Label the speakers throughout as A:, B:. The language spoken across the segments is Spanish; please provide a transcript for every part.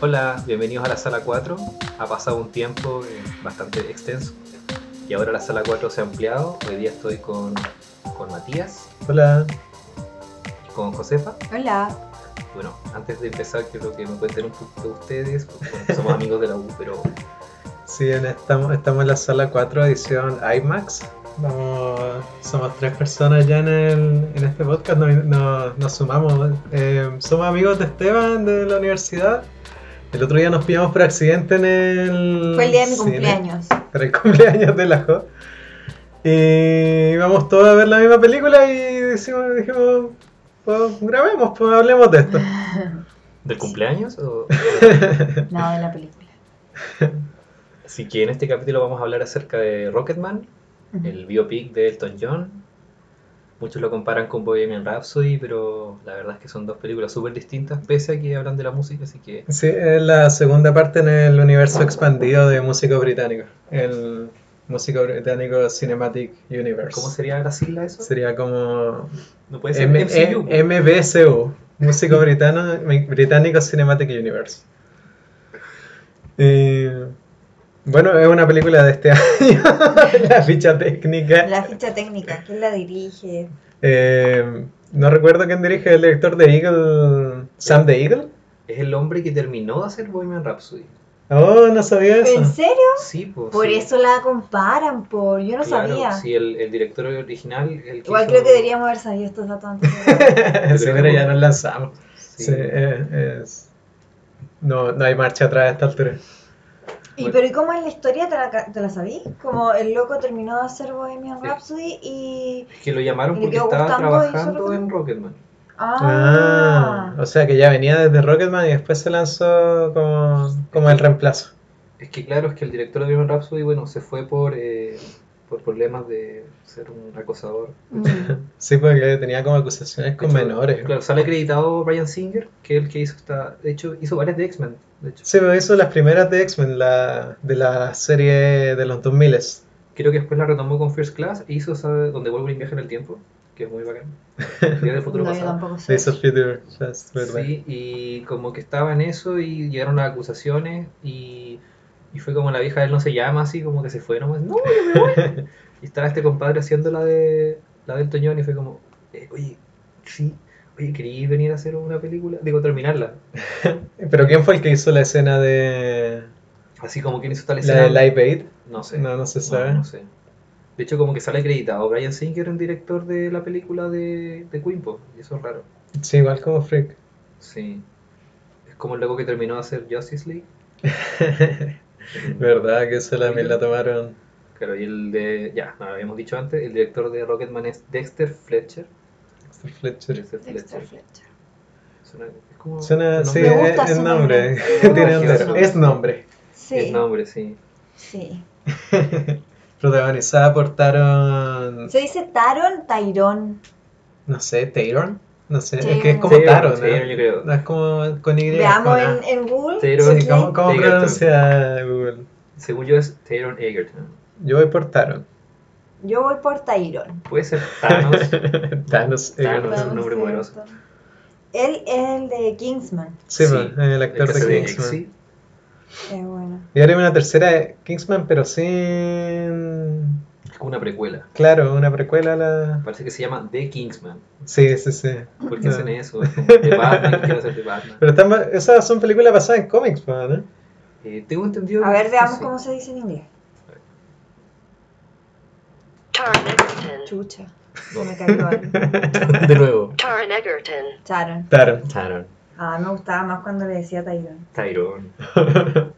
A: Hola, bienvenidos a la sala 4. Ha pasado un tiempo eh, bastante extenso y ahora la sala 4 se ha ampliado. Hoy día estoy con, con Matías,
B: Hola.
A: con Josefa.
C: Hola.
A: Bueno, antes de empezar, quiero que me cuenten un poquito ustedes, porque bueno, somos amigos de la U, pero
B: Sí, en- estamos, estamos en la sala 4 edición IMAX. Vamos, somos tres personas ya en, el- en este podcast, nos, nos- nos sumamos. Eh, somos amigos de Esteban de la universidad. El otro día nos pillamos por accidente en el...
C: Fue el día de mi
B: cine,
C: cumpleaños.
B: Para el cumpleaños de la Jo. Y íbamos todos a ver la misma película y decimos- dijimos, pues grabemos, pues hablemos de esto.
A: del cumpleaños. O...
C: No, de la película.
A: Así que en este capítulo vamos a hablar acerca de Rocketman, el biopic de Elton John. Muchos lo comparan con Bohemian Rhapsody, pero la verdad es que son dos películas súper distintas, pese a que hablan de la música, así que
B: Sí, es la segunda parte en el universo expandido de músico británico, el músico británico Cinematic Universe.
A: ¿Cómo sería la sigla eso?
B: Sería como
A: No puede ser
B: M-
A: MCU.
B: E- MBCU, músico britano, británico Cinematic Universe. Y, bueno, es una película de este año, la ficha técnica.
C: La ficha técnica, ¿quién la dirige?
B: Eh, no recuerdo quién dirige, el director de Eagle, Sam de Eagle.
A: Es el hombre que terminó de hacer Bohemian Rhapsody.
B: Oh, no sabía
C: ¿En
B: eso.
C: serio?
A: Sí, pues,
C: Por
A: sí.
C: eso la comparan, por yo no
A: Claro,
C: sabía.
A: sí, el, el director original. el que
C: Igual
A: hizo-
C: creo que deberíamos haber sabido estos datos antes. de-
B: Sí, pero ya nos lanzamos.
A: sí.
B: Sí, eh, es- No, no hay marcha atrás a esta altura.
C: ¿Y
A: Bueno.
C: pero ¿y cómo es la historia? ¿Te la, te la sabí? Como el loco terminó de hacer Bohemian
A: Sí.
C: Rhapsody y...
A: Es que lo llamaron
C: Le
A: porque
C: quedó
A: estaba
C: gustando y hizo
A: trabajando en Rocketman.
B: Ah,
C: ¡Ah!
B: o sea que ya venía desde Rocketman y después se lanzó como, como el reemplazo.
A: Es que claro, es que el director de Bohemian Rhapsody, bueno, se fue por, eh, por problemas de ser un acosador.
C: Mm.
B: Sí, porque tenía como acusaciones
A: De
B: con
A: hecho,
B: menores.
A: Claro, sale acreditado Bryan Singer, que es el que hizo esta... De hecho, hizo varias de X-Men, de hecho.
B: Sí, pero hizo las primeras de X-Men, la, de la serie de los 2000.
A: Creo que después la retomó con First Class e hizo esa donde Wolverine viaja en el tiempo, que es muy bacán. Día del futuro
C: No, yo
A: pasado.
C: tampoco
B: De
C: sé.
B: esos Future Fest, ¿verdad?
A: Sí, y como que estaba en eso y llegaron las acusaciones y, y fue como la vieja él no se llama así, como que se fue nomás, no, yo me voy. y estaba este compadre haciendo la de la del Toñón y fue como, eh, oye, sí, oye, ¿queréis venir a hacer una película? Digo, terminarla.
B: Pero ¿quién fue el que hizo la escena de.
A: Así como quien hizo tal
B: la de
A: escena.
B: Live Aid?
A: No sé.
B: No, no se
A: No,
B: sabe.
A: no sé. De hecho, como que sale acreditado Brian Singer, el director de la película de, de Queen, po, y eso es raro.
B: Sí, igual como Freak.
A: Sí. Es como el loco que terminó de hacer Justice League.
B: ¿Verdad? Que eso también la tomaron.
A: Claro, y el de. Ya, no, lo habíamos dicho antes, el director de Rocketman es Dexter Fletcher.
B: Dexter Fletcher.
A: Dexter
C: Dexter
A: Fletcher.
C: Fletcher.
A: Suena, es como
B: Suena,
A: un
B: sí,
A: nombre-
C: Me
B: es,
C: gusta
B: es
C: su
B: nombre.
C: nombre.
B: Tiene nombre.
A: Gracioso.
B: Es nombre.
A: Es
C: Sí,
A: nombre, sí.
C: sí.
B: Protagonizada por Taron.
C: Se dice Taron Tyrone.
B: No sé, Taron. No sé, es
C: Taron.
B: que es como eh.
A: Taron,
B: Taron, ¿no?
A: Taron, yo creo.
B: No es como con Y.
C: Veamos
B: con A.
C: en, en Google.
A: Taron.
B: Sí, ¿cómo, cómo
A: Egerton.
B: pronuncia Google?
A: Según yo es Taron Egerton.
B: Yo voy por Taron.
C: Yo voy por Tyrone.
A: Puede ser Thanos.
B: Thanos eh, Egerton.
A: Thanos. es un nombre poderoso.
C: Él es el de Kingsman.
B: Sí,
A: Sí,
B: pues, el
A: el que
B: actor
A: hace
B: de
A: de
B: Kingsman.
A: Exy.
C: Es bueno.
B: Y ahora hay una tercera de Kingsman, pero sin.
A: Es como una precuela.
B: Claro, una precuela a la.
A: Parece que se llama The Kingsman.
B: Sí, sí, sí.
A: ¿Por qué
B: No.
A: hacen eso? Es como De Batman, quiero hacer de Batman.
B: Pero están ba- esas son películas basadas en cómics, pues, ¿no?
A: Eh, tengo entendido.
C: A ver, veamos
A: sí.
C: cómo se dice en inglés.
D: Taron Egerton.
C: Chucha. Se me cayó algo.
A: De nuevo.
D: Taron Egerton.
C: Taron.
B: Taron.
A: Taron.
C: Ah, me gustaba más cuando le decía Tyrone.
A: Tyrone.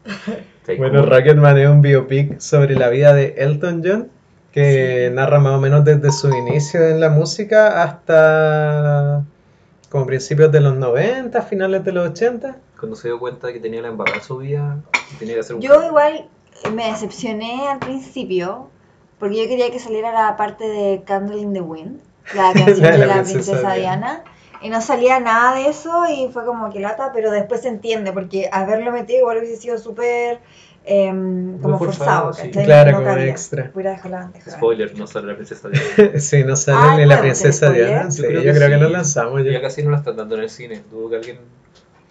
B: Bueno, Rocketman es un biopic sobre la vida de Elton John que narra más o menos desde su inicio en la música hasta como principios de los 90, finales de los 80.
A: Cuando se dio cuenta que tenía la embarrada en su vida, y tenía que hacer un.
C: Yo igual me decepcioné al principio porque yo quería que saliera la parte de Candle in the Wind, la canción de la princesa Diana. Y no salía nada de eso y fue como que lata, pero después se entiende porque haberlo metido igual hubiese sido súper em, como
A: forzado,
C: forzado,
A: sí.
C: ¿cachai?
B: Claro,
C: No
B: como
C: cabía.
B: extra.
C: Voy a dejarla, dejarla.
A: Spoiler, no sale la princesa de
B: Sí, no
C: Ah,
B: sale ni
C: bueno,
B: la princesa
C: ¿te spoileé?
B: Diana.
A: Yo
B: Sí,
A: creo
B: yo
A: que
B: creo que
A: sí.
B: lo lanzamos
A: Ya
B: ya.
A: casi no la están dando en el cine. Dudo que alguien.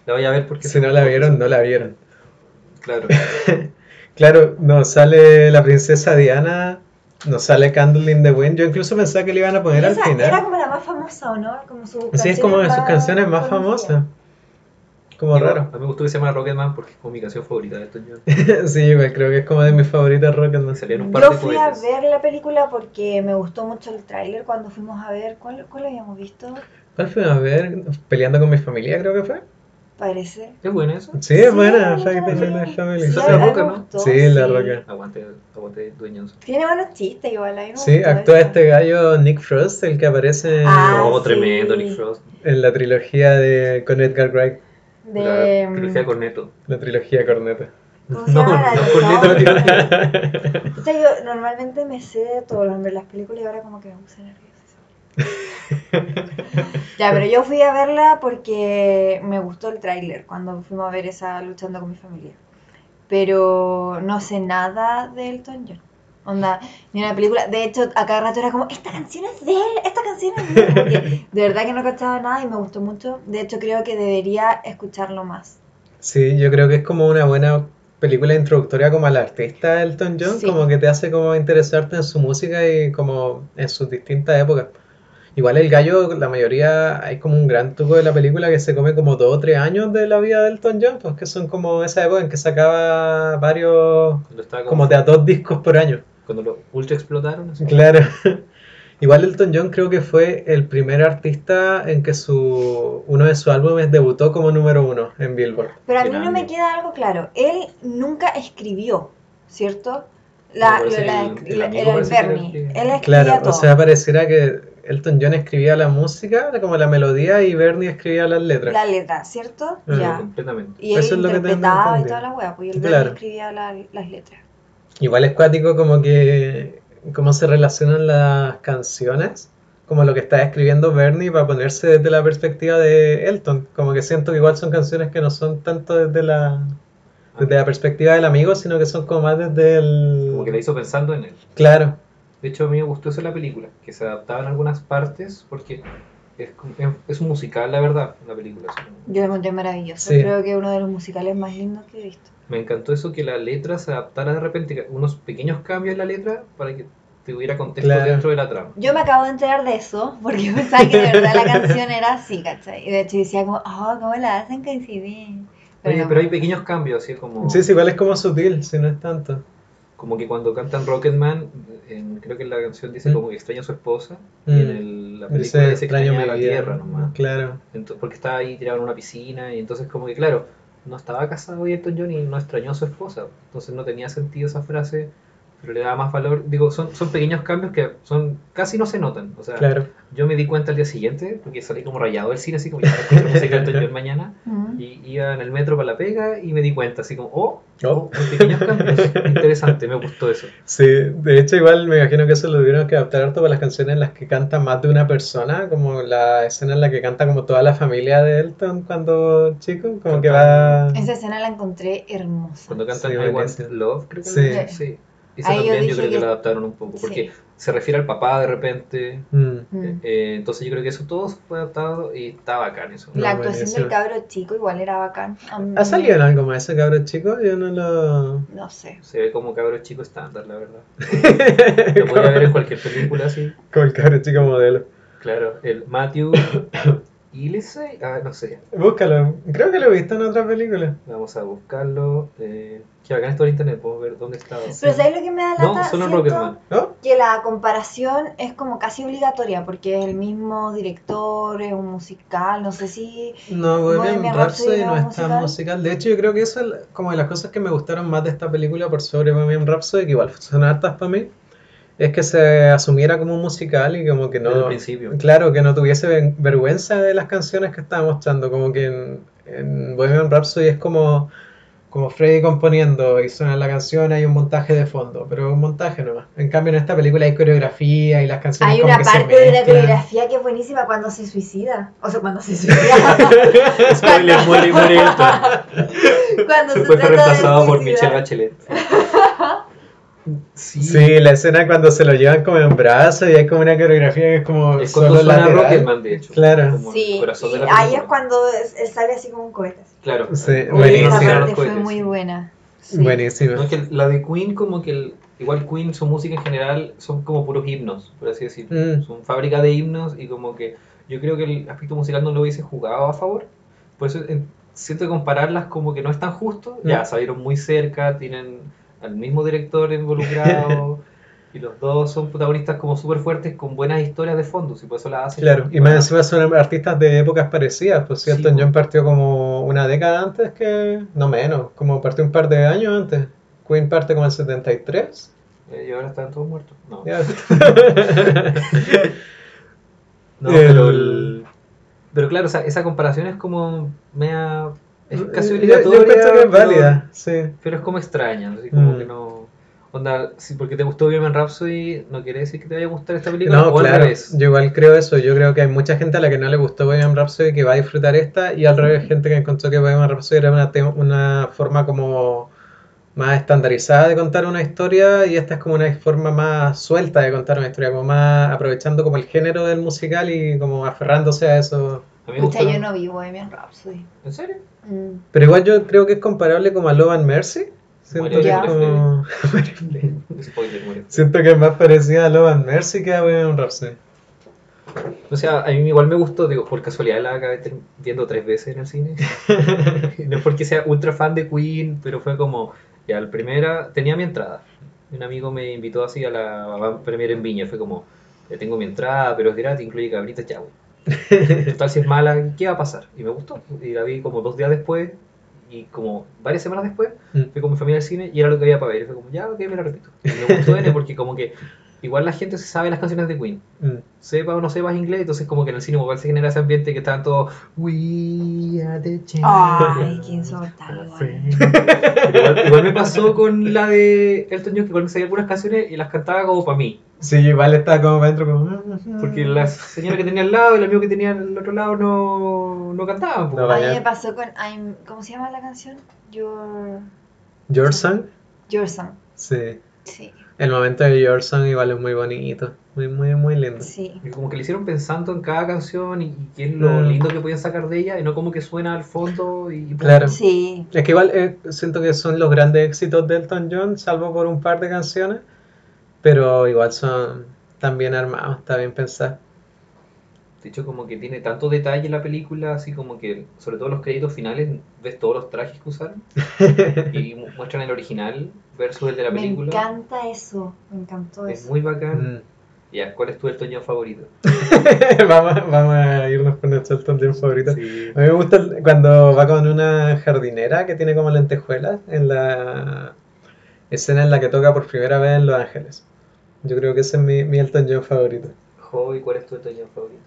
A: La voy a ver porque
B: Si no la vieron, no la vieron.
A: Claro.
B: Claro, nos sale la princesa Diana, nos sale Candle in the Wind. Yo incluso pensaba que le iban a poner al
C: Esa era
B: final.
C: como la más famosa, ¿o no? Como su
B: Sí, es como de sus canciones más famosas. Como
A: Yo-
B: raro.
A: A mí me gustó que se llama Rocketman porque es como mi canción favorita de Elton John.
B: Sí, igual creo que es como de mis favoritas Rocketman.
A: Salieron un par
C: Yo
A: de
C: fui a
A: cohetes.
C: ver la película porque me gustó mucho el tráiler cuando fuimos a ver, ¿cuál, ¿cuál habíamos visto?
B: ¿Cuál fue? A ver, peleando con mi familia creo que fue.
C: Parece.
A: ¿Es buena eso?
B: Sí, es buena,
C: Sí,
B: Fake
C: buena.
B: Peleando con mi familia.
C: Sí,
A: Esa
C: a-
A: es la
C: a mí
A: Roca,
C: me
A: ¿no?
C: gustó,
B: Sí, la Roca.
A: Aguante, aguante dueños.
C: Tiene buenos chistes igual, a mí me
B: Sí,
C: gustó
B: actúa
C: esa.
B: este gallo Nick Frost, el que aparece en-
C: Ah,
A: oh,
C: sí.
A: tremendo, Nick Frost.
B: en la trilogía de con Edgar Wright,
C: De... mm,
A: La trilogía de Corneto.
B: la trilogía Corneta.
C: ¿Cómo se llama
A: No,
C: la de
A: no, Cornetto,
C: Saw?
A: la trilogía.
C: Puta, yo normalmente me sé todos los nombres de las películas y ahora como que me puse nerviosa. ya, pero yo fui a verla porque me gustó el tráiler cuando fuimos a ver esa luchando con mi familia. Pero no sé nada de Elton John. Onda, ni una película. De hecho, a cada rato era como, esta canción es de él, esta canción es de él. Como que de verdad que no cachaba nada y me gustó mucho. De hecho, creo que debería escucharlo más.
B: Sí, yo creo que es como una buena película introductoria como al artista Elton John,
C: Sí.
B: como que te hace como interesarte en su música y como en sus distintas épocas. Igual el gallo, la mayoría, hay como un gran truco de la película que se come como dos o tres años de la vida de Elton John, pues que son como esa época en que sacaba varios,
A: Cuando estaba como,
B: como de a dos discos por año.
A: Cuando los ultra explotaron. así.
B: Claro. Igual Elton John creo que fue el primer artista en que su, uno de sus álbumes debutó como número uno en Billboard.
C: Pero a mí
A: Gran
C: no me
A: amigo.
C: queda algo claro. Él nunca escribió, ¿cierto? La,
A: No, parece
C: la-
A: que el- el
C: la-
A: amigo
C: era el
A: parece que era el
C: Bernie.
A: que-
C: Él escribía
B: Claro,
C: todo.
B: o sea, pareciera que Elton John escribía la música, como la melodía, y Bernie escribía las letras.
C: la letra, ¿cierto?
B: Ah,
A: Pero
C: ya.
A: Completamente.
C: Y él
B: eso es lo que tengo
C: interpretaba y
B: entendido.
C: toda la wea, pues y el Bernie
B: Claro.
C: escribía la- las letras.
B: Igual es cuático como que cómo se relacionan las canciones, como lo que está escribiendo Bernie para ponerse desde la perspectiva de Elton. Como que siento que igual son canciones que no son tanto desde la, desde la perspectiva del amigo, sino que son como más desde el...
A: Ah, Como que la hizo pensando en él.
B: Claro,
A: De hecho, a mí me gustó eso en la película, que se adaptaba en algunas partes porque es, como- es- es un musical, la verdad, la película. así como-
C: Yo lo encontré maravilloso.
B: Sí.
C: Creo que es uno de los musicales más lindos que he visto.
A: Me encantó eso que la letra se adaptara de repente, que unos pequeños cambios en la letra para que tuviera contexto
B: Claro.
A: dentro de la trama.
C: Yo me acabo de enterar de eso porque pensaba que de verdad la canción era así, ¿cachai? Y de hecho decía como, oh, ¿cómo la hacen coincidir?
A: Oye,
C: no.
A: pero hay pequeños cambios, así como,
B: sí, sí, igual es como sutil, si no es tanto.
A: como que cuando cantan Rocketman, en- creo que en la canción dice
B: Mm.
A: como que extraña a su esposa,
B: Mm.
A: y en el- la película
B: Dice,
A: dice
B: "Extraño
A: extraña
B: mi
A: a la
B: vida".
A: tierra nomás.
B: Claro.
A: Ento- porque estaba ahí tirado en una piscina y entonces como que claro, no estaba casado y Elton John y no extrañó a su esposa, entonces no tenía sentido esa frase, pero le daba más valor, digo, son, son pequeños cambios que son casi no se notan, o sea,
B: Claro.
A: yo me di cuenta al día siguiente, porque salí como rayado del cine, así como ya escucho música de Elton John mañana,
C: Mm.
A: y iba en el metro para la pega y me di cuenta, así como, oh,
B: Oh.
A: oh, pequeños cambios, interesante, me gustó eso.
B: Sí, de hecho igual me imagino que eso lo tuvieron que adaptar harto para las canciones en las que canta más de una persona, como la escena en la que canta como toda la familia de Elton cuando chico, como que va...
C: Esa escena la encontré hermosa.
A: Cuando cantan
B: Sí,
A: I Want
B: buenísimo.
A: Love, creo que
B: Sí.
A: era. sí. Esa
C: Ahí yo
A: también yo,
C: dije
A: creo que
C: que-
A: la adaptaron un poco, porque
C: Sí.
A: se refiere al papá de repente,
B: Mm.
C: Mm.
A: Eh, entonces yo creo que eso todo fue adaptado y está bacán eso.
C: La
B: No,
C: actuación del
B: buenísimo.
C: cabro chico igual era bacán. A mí-
B: ¿Ha salido en algo más ese cabrón chico? Yo no lo...
C: No sé.
A: Se ve como cabros chico estándar, la verdad. Lo podría ver en cualquier película, sí.
B: Como el cabrón chico modelo.
A: Claro, el Matthew Ilse, ah, no sé,
B: Búscalo, creo que lo he visto en otra película.
A: vamos a buscarlo. Eh, que bacán esto en internet, podemos ver dónde está.
C: Pero ¿sabes lo que me da lata?
A: No, solo en
C: Siento
A: Rocketman.
B: ¿No?
C: Que la comparación es como casi obligatoria porque es el mismo director, es un musical, no sé si...
B: No,
C: Bohemian
B: Bohemian Rhapsody
C: Rhapsody no
B: no
C: es
B: es tan
C: musical.
B: musical. De hecho, yo creo que eso es la- como de las cosas que me gustaron más de esta película por sobre Bohemian Rhapsody, que igual son hartas para mí, es que se asumiera como un musical y como que
A: Desde el
B: no...
A: principio.
B: Claro, que no tuviese ven- vergüenza de las canciones que estaba mostrando, como que en, en Bohemian Rhapsody es como, como Freddy componiendo y suena la canción, hay un montaje de fondo, pero un montaje nomás. En cambio, en esta película hay coreografía y las canciones
C: Hay
B: como
C: una
B: que se
C: parte de la
B: mezclan.
C: coreografía que es buenísima cuando se suicida. O sea, cuando se suicida.
A: Spoiler, muere, muere Elton.
C: cuando se
A: Después fue
C: trata de
A: reemplazado por
C: suicidar.
A: Michelle Bachelet. Sí,
B: Sí, la escena cuando se lo llevan como en brazos y hay como una coreografía que es como
A: es cuando
B: solo
A: suena
B: lateral.
A: Rocketman, de hecho.
B: Claro.
A: Como el
C: Sí,
A: corazón de
C: y
A: la
C: ahí
A: película.
C: es cuando es- él sale así como un cohete. así.
A: Claro.
B: Sí,
A: Oye,
B: buenísimo.
A: no
C: Esa
A: sé,
B: Buenísimo.
A: los
C: parte fue
A: cohetes.
C: muy buena. Sí.
B: Buenísimo.
A: No, es que la de Queen, como que el- igual Queen, su música en general son como puros himnos, por así decirlo.
B: Mm.
A: Son fábrica de himnos y como que yo creo que el aspecto musical no lo hubiese jugado a favor. Por eso eh, siento que compararlas como que no es tan justo.
B: Mm.
A: Ya salieron muy cerca, tienen al mismo director involucrado. Y los dos son protagonistas como súper fuertes con buenas historias de fondo, si por eso las hacen.
B: Claro, y más encima son artistas de épocas parecidas, por cierto,
A: Sí,
B: John partió como una década antes que, no menos, como partió un par de años antes. Queen parte como en 73.
A: Eh, y ahora están todos muertos. No.
B: Ya.
A: No,
B: El-
A: pero el- Pero claro, o sea, esa comparación es como media... Es casi
B: Eh, Yo-
A: obligatoria.
B: Yo pienso que es
A: pero-
B: válida, sí.
A: Pero, es como extraña, así como
B: Mm.
A: que no... Onda, si porque te gustó Bohemian Rhapsody, no quiere decir que te vaya a gustar esta película,
B: No,
A: o al
B: claro,
A: revés.
B: yo igual creo eso. Yo creo que hay mucha gente a la que no le gustó Bohemian Rhapsody que va a disfrutar esta, y al revés, gente que encontró que Bohemian Rhapsody era una, te- una forma como más estandarizada de contar una historia, y esta es como una forma más suelta de contar una historia, como más aprovechando como el género del musical y como aferrándose a eso.
A: A mí me
C: Pucha,
A: gustó.
C: yo no vi Bohemian Rhapsody.
A: ¿En serio?
C: Mm.
B: Pero igual yo creo que es comparable como a Love and Mercy. Siento
A: Muere
B: que es
C: Freddie.
B: como-
A: Spoiler, muere.
B: Siento que es más parecida a Love and Mercy que a Bohemian Rhapsody.
A: O sea, a mí igual me gustó, digo, por casualidad la acabé ter- viendo tres veces en el cine. no es porque sea ultra fan de Queen, pero fue como, ya, la primera, tenía mi entrada. Un amigo me invitó así a la primera en Viña, fue como, ya tengo mi entrada, pero es gratis, incluye cabritas, ya, güey. Total, si es mala, ¿qué va a pasar? Y me gustó. Y la vi como dos días después, y como varias semanas después,
B: Mm.
A: fui con mi familia al cine y era lo que había para ver. Y fue como, ya, ok, me la repito. Y me gustó N porque como que, igual la gente se sabe las canciones de Queen
B: Mm.
A: sepa o no sepas inglés, entonces como que en el cine igual se genera ese ambiente que están todos We are the
C: Ay,
A: champions".
C: qué insoportable. bueno.
A: igual, igual me pasó con la de Elton John que igual me sabía algunas canciones y las cantaba como para mí,
B: Sí, igual está como para adentro como...
A: porque
C: Mm.
A: la señora que tenía al lado y el amigo que tenía al otro lado no, no cantaban. po.
B: No,
C: A mí
B: vaya.
C: me pasó con I'm, ¿cómo se llama la canción? Your,
B: Your Song,
C: Your Song.
B: sí.
C: Sí,
B: El momento de Your Song igual es muy bonito. Muy, muy, muy lindo.
C: sí.
A: Y como que le hicieron pensando en cada canción y, y qué es lo
B: Mm.
A: lindo que podían sacar de ella y no como que suena al fondo y... y pum.
B: Claro.
C: Sí,
B: Es que igual eh, siento que son los grandes éxitos de Elton John, salvo por un par de canciones. Pero igual son tan bien armados, está bien pensado.
A: De hecho, como que tiene tanto detalle la película, así como que, sobre todo los créditos finales, ves todos los trajes que usaron y mu- muestran el original versus el de la
C: me
A: película.
C: encanta eso, me encantó
A: Es
C: eso.
A: muy bacán.
B: Mm.
A: Ya, ¿cuál es tu Elton John favorito?
B: vamos, vamos a irnos con nuestro Elton John favorito.
A: Sí.
B: A mí me gusta el- cuando va con una jardinera que tiene como lentejuelas en la escena en la que toca por primera vez en Los Ángeles. Yo creo que ese es mi, mi Elton John favorito.
A: Joey, ¿cuál es tu Elton John favorito?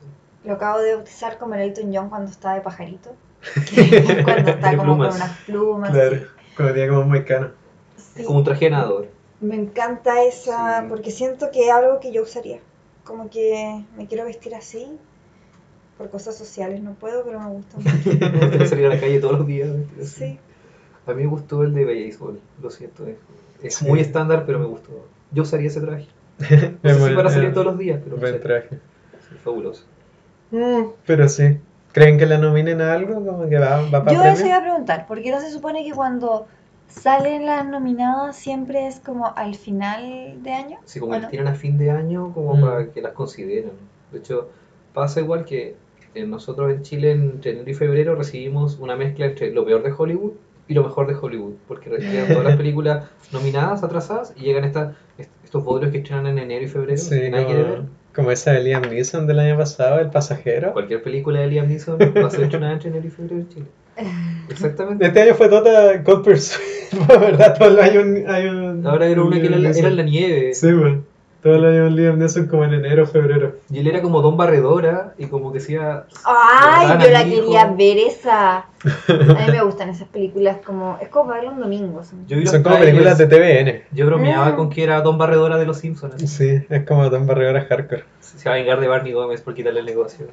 C: Lo acabo de bautizar como el Elton John cuando está de pajarito. Que- cuando está
A: De
C: como
A: plumas.
C: con unas plumas. sí.
B: como tiene como muy caro.
C: Sí,
A: Es como un traje de nadador.
C: Me encanta esa
A: Sí.
C: porque siento que es algo que yo usaría. Como que me quiero vestir así. Por cosas sociales no puedo, pero me gusta mucho.
A: Me gusta salir a la calle todos los días. vestir así.
C: Sí.
A: A mí me gustó el de béisbol, lo siento. Es, es
B: Sí.
A: muy estándar, pero me gustó. Yo usaría ese traje. No sé si para salir todos los días, pero lo
B: Buen
A: usaría.
B: traje.
A: Sí, fabuloso.
B: Pero sí. ¿Creen que la nominen a algo? Como que va, va para
C: Yo
B: premio.
C: eso iba a preguntar, porque no se supone que cuando salen las nominadas siempre es como al final de año.
A: Así como
C: ¿O
A: que
C: no?
A: tiran a fin de año como
B: Mm.
A: para que las consideren. De hecho, pasa igual que eh, nosotros en Chile entre enero y febrero recibimos una mezcla entre lo peor de Hollywood y lo mejor de Hollywood, porque llegan todas las películas nominadas, atrasadas, y llegan estas est- estos bodrios que estrenan en enero y febrero,
B: Sí,
A: que nadie quiere ver.
B: como, como esa de Liam Neeson del año pasado, El Pasajero.
A: Cualquier película de Liam Neeson va a ser estrenada entre enero y febrero en Chile. Exactamente.
B: Este año fue toda Cold Pursuit, ¿verdad? Todo el año hay un- hay un...
A: Ahora era una que era, la-
B: Liam Neeson.
A: era en la nieve,
B: Sí, güey. Todo el año Liam Neeson como en enero, febrero.
A: y él era como Don Barredora, y como que se iba
C: Ay, yo la
A: Amigo.
C: quería ver esa. A mí me gustan esas películas como es como verlo un domingo. son-
A: Yo vi los
B: Son como
A: trailers.
B: películas de TVN.
A: Yo bromeaba
C: Mm.
A: con que era Don Barredora de los Simpsons.
B: Sí, es como Don Barrera hardcore.
A: Se va a vengar de Barney Gómez por quitarle el negocio.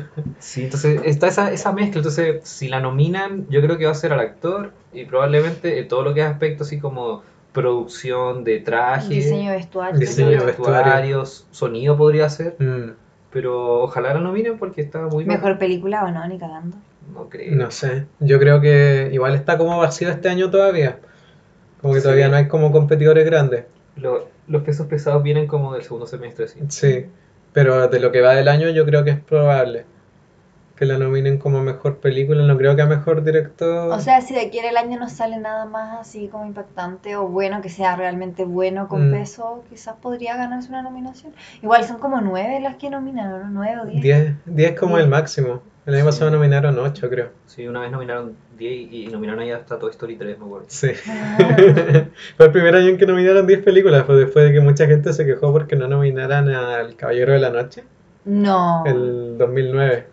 A: Sí, entonces está esa, esa mezcla. Entonces, si la nominan, yo creo que va a ser al actor y probablemente en todo lo que es aspecto así como producción de traje,
C: Diseño de vestuario.
B: Diseño
A: de
B: de vestuario.
A: vestuarios, sonido podría ser,
B: Mm,
A: pero ojalá la nominen porque está muy bien.
C: Mejor película o no, ni cagando.
A: No creo.
B: no sé. Yo creo que igual está como vacío este año todavía. Como que
A: Sí.
B: todavía no hay como competidores grandes.
A: Lo- los pesos pesados vienen como del segundo semestre, sí.
B: Sí. Pero de lo que va del año yo creo que es probable. Que la nominen como mejor película. No creo que a mejor director.
C: O sea, si de aquí en el año no sale nada más así como impactante o bueno, que sea realmente bueno con
B: Mm.
C: peso, quizás podría ganarse una nominación. Igual son como nueve las que nominaron, ¿no? nueve o diez.
B: 10, 10 como el máximo. El año
A: Sí.
B: pasado nominaron 8, creo.
A: Sí, una vez nominaron 10 y y nominaron ahí hasta Toy Story 3, me acuerdo.
B: Sí.
C: Ah.
B: Fue el primer año en que nominaron 10 películas, pues después de que mucha gente se quejó porque no nominaran al Caballero de la Noche,
C: No,
B: el 2009.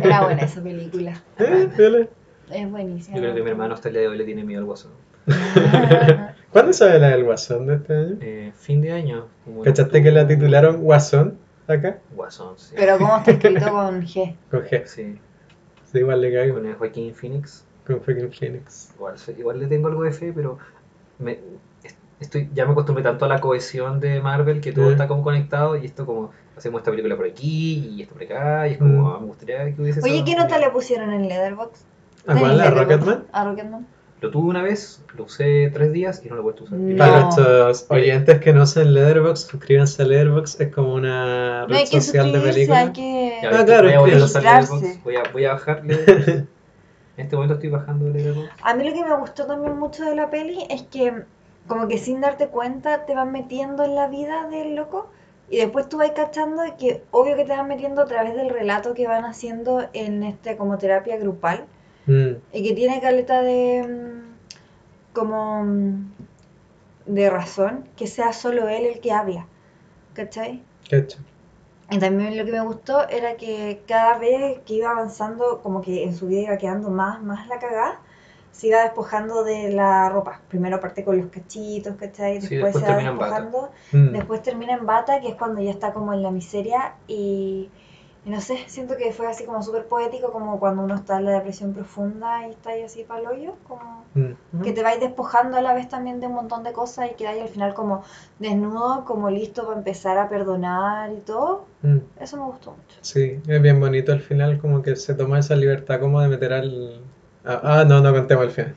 C: era buena esa película.
B: Eh, vele.
C: Es buenísima.
A: Yo creo que mi hermano hasta el día de hoy le tiene miedo al guasón.
B: ¿Cuándo sale la del Guasón de este año?
A: Eh, fin de año. como en
B: ¿Cachaste que la
A: octubre.
B: titularon Guasón acá?
A: Guasón, sí.
C: Pero como está escrito con G.
B: Con G.
A: Sí,
B: Sí, igual le caigo.
A: con el Joaquín Phoenix.
B: Con freaking Phoenix.
A: Igual, se- igual le tengo algo de fe, pero me, es- estoy, ya me acostumbré tanto a la cohesión de Marvel que todo
B: Mm.
A: está como conectado y esto como hacemos esta película por aquí y esto por acá y es como
B: Mm.
A: ah, me gustaría que hubiese
C: Oye,
A: esa-
C: ¿qué nota le pusieron en Leatherbox?
B: ¿A Ah, cuál? ¿A
C: Letterboxd?
B: Rocketman?
C: ¿A Rocketman?
A: Lo tuve una vez, lo usé tres días y no lo he vuelto a usar.
C: No.
B: Para nuestros oyentes que no usan Letterboxd, suscríbanse a Letterboxd, es como una
C: No
B: red
C: hay que
B: social de
C: suscribirse,
B: películas.
C: hay que...
A: Ya,
B: Ah,
A: voy-
B: claro,
A: voy a volver a usar
C: registrarse.
A: Letterboxd, voy a, voy a bajarle. En este momento estoy bajando Letterboxd.
C: A mí lo que me gustó también mucho de la peli es que como que sin darte cuenta te van metiendo en la vida del loco y después tú vas cachando de que obvio que te van metiendo a través del relato que van haciendo en este como terapia grupal
B: Mm,
C: y que tiene caleta de mm, como mm, de razón que sea solo él el que habla, ¿cachai?
B: cacho.
C: Y también lo que me gustó era que cada vez que iba avanzando, como que en su vida iba quedando más, más la cagada, se iba despojando de la ropa. Primero parte con los cachitos, ¿cachai?
A: Sí, después
C: Después, se va
A: termina en bata.
C: despojando.
B: Mm.
C: Después termina en bata, que es cuando ya está como en la miseria. Y, y no sé, siento que fue así como súper poético, como cuando uno está en la depresión profunda y está ahí así para el hoyo, como
B: Mm.
C: que te vais despojando a la vez también de un montón de cosas y quedáis al final como desnudo, como listo para empezar a perdonar y todo.
B: Mm.
C: Eso me gustó mucho.
B: Sí, es bien bonito al final, como que se toma esa libertad como de meter al... Ah, ah, no, no contemos al final.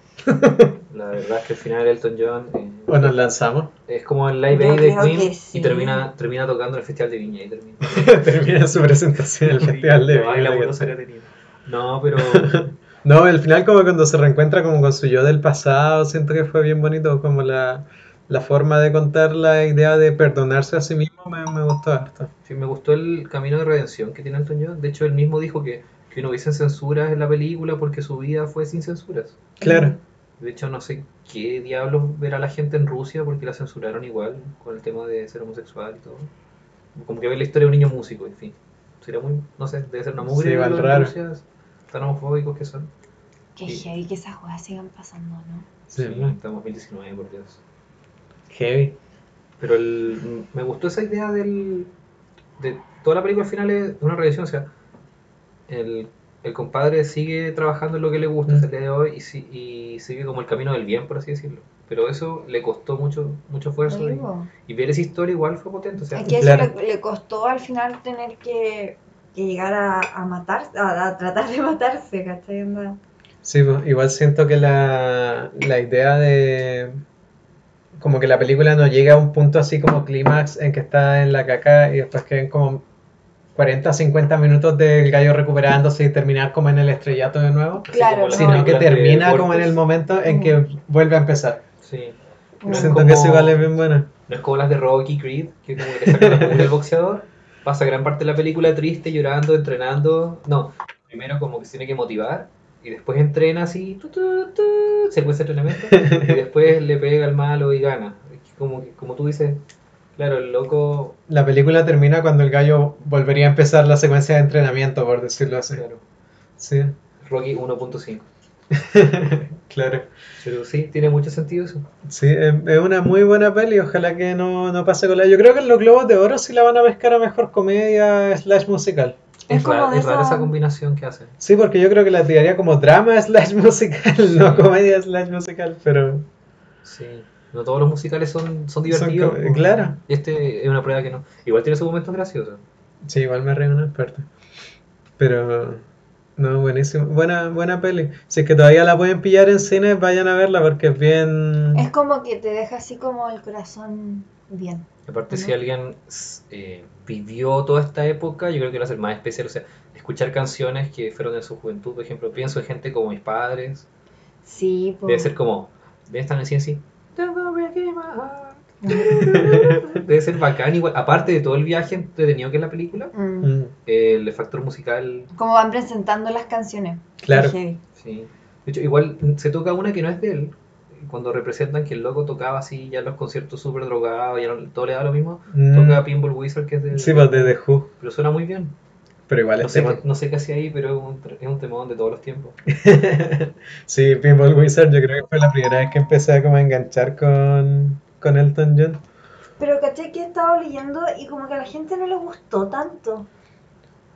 A: La verdad es que al final Elton John eh,
B: O nos lanzamos.
A: es como el Live
C: Yo
A: Aid de
C: creo
A: Queen
C: que
A: y
C: sí.
A: termina, termina tocando en el Festival de Viña. Y termina.
B: Termina su presentación en el Festival de
A: No, ahí la
B: Viña.
A: puedo sacar de niño. No, pero
B: No, el final como cuando se reencuentra como con su yo del pasado, siento que fue bien bonito, como la, la forma de contar la idea de perdonarse a sí mismo me, me gustó harto.
A: sí, me gustó el camino de redención que tiene Elton John. De hecho, él mismo dijo que, que no hubiesen censuras en la película porque su vida fue sin censuras.
B: Claro,
C: Mm.
A: De hecho, no sé qué diablos verá la gente en Rusia porque la censuraron igual con el tema de ser homosexual y todo. Como que ve la historia de un niño músico, en fin. Será muy, no sé, debe ser una mugre
B: Sí, igual
A: los de
B: raro.
A: Rusia, tan homofóbicos que son.
C: Qué
A: Sí.
C: heavy que esas cosas sigan pasando, ¿no?
B: Sí, ¿no?
A: estamos en 2019, por Dios.
B: heavy.
A: Pero el- me gustó esa idea del, de toda la película al final es una redención. O sea, el, el compadre sigue trabajando en lo que le gusta hasta el día de hoy y, si- y sigue como el camino del bien, por así decirlo. Pero eso le costó mucho mucho esfuerzo y,
C: Digo,
A: y ver esa historia igual fue potente. O sea,
C: es que
B: claro.
C: eso le, le costó al final tener que, que llegar a, a matarse, a, a tratar de matarse, ¿cachai? Onda?
B: Sí, pues, igual siento que la, la idea de como que la película no llega a un punto así como clímax en que está en la caca y después queden como 40, 50 minutos del gallo recuperándose y terminar como en el estrellato de nuevo,
A: así
C: claro,
A: como las
C: no.
B: sino que
A: películas de
B: termina como en
A: deportes.
B: el momento en que vuelve a empezar.
A: Sí.
C: Como-
A: Sí.
B: Siento que eso igual es bien bueno.
A: No es como las de Rocky Creed, que como que le sacan la mugre del boxeador. Pasa gran parte de la película triste, llorando, entrenando. No, primero como que se tiene que motivar y después entrena así, tu, tu, tu, secuencia de entrenamiento y después le pega al malo y gana. Es que Como, que- como tú dices, claro, el loco,
B: La película termina cuando el gallo volvería a empezar la secuencia de entrenamiento, por decirlo así.
A: claro,
B: Sí,
A: Rocky 1.5.
B: claro.
A: Pero sí, tiene mucho sentido eso.
B: Sí, es es una muy buena peli, ojalá que no, no pase con la... Yo creo que en los Globos de Oro sí la van a pescar a mejor comedia slash musical.
C: Es
A: Es,
C: como
A: raro-
C: de
A: es rara
C: esa-
A: esa combinación que hacen.
B: Sí, porque yo creo que la tiraría como drama slash musical, no comedia slash musical, pero...
A: Sí. No todos los musicales son, son
B: Son
A: divertidos.
B: co-
A: pues.
B: claro.
A: Este es una prueba que no. Igual tiene sus momentos graciosos.
B: Sí, igual me reí una experta. Pero, no, buenísimo. Buena, buena peli. Si es que todavía la pueden pillar en cines, vayan a verla porque es bien.
C: Es como que te deja así como el corazón bien.
A: Aparte, si
C: Ujú.
A: alguien s- eh, vivió toda esta época, yo creo que lo hace más especial. O sea, escuchar canciones que fueron de su juventud, por ejemplo, pienso en gente como mis padres.
C: Sí, po.
A: Debe ser como. Debe estar en ciencia. Debe ser bacán, igual. Aparte de todo el viaje entretenido que es la película,
C: Mm.
B: Mm,
A: el factor musical.
C: Como van presentando las canciones.
B: claro.
C: Heavy.
A: Sí. De hecho, igual se toca una que no es de él. Cuando representan que el loco tocaba así, ya en los conciertos súper drogado, ya no- todo le da lo mismo.
B: Mm,
A: Toca Pinball Wizard, que es de.
B: sí, pues de The Who.
A: Pero suena muy bien.
B: Pero igual
A: No
B: es
A: sé,
B: tema.
A: qué- no sé qué hacía ahí, pero es un, tr- es un temón de todos los tiempos.
B: Sí, Pinball Wizard, yo creo que fue la primera vez que empecé a como a enganchar con, con Elton John.
C: Pero caché que he estado leyendo y como que a la gente no le gustó tanto.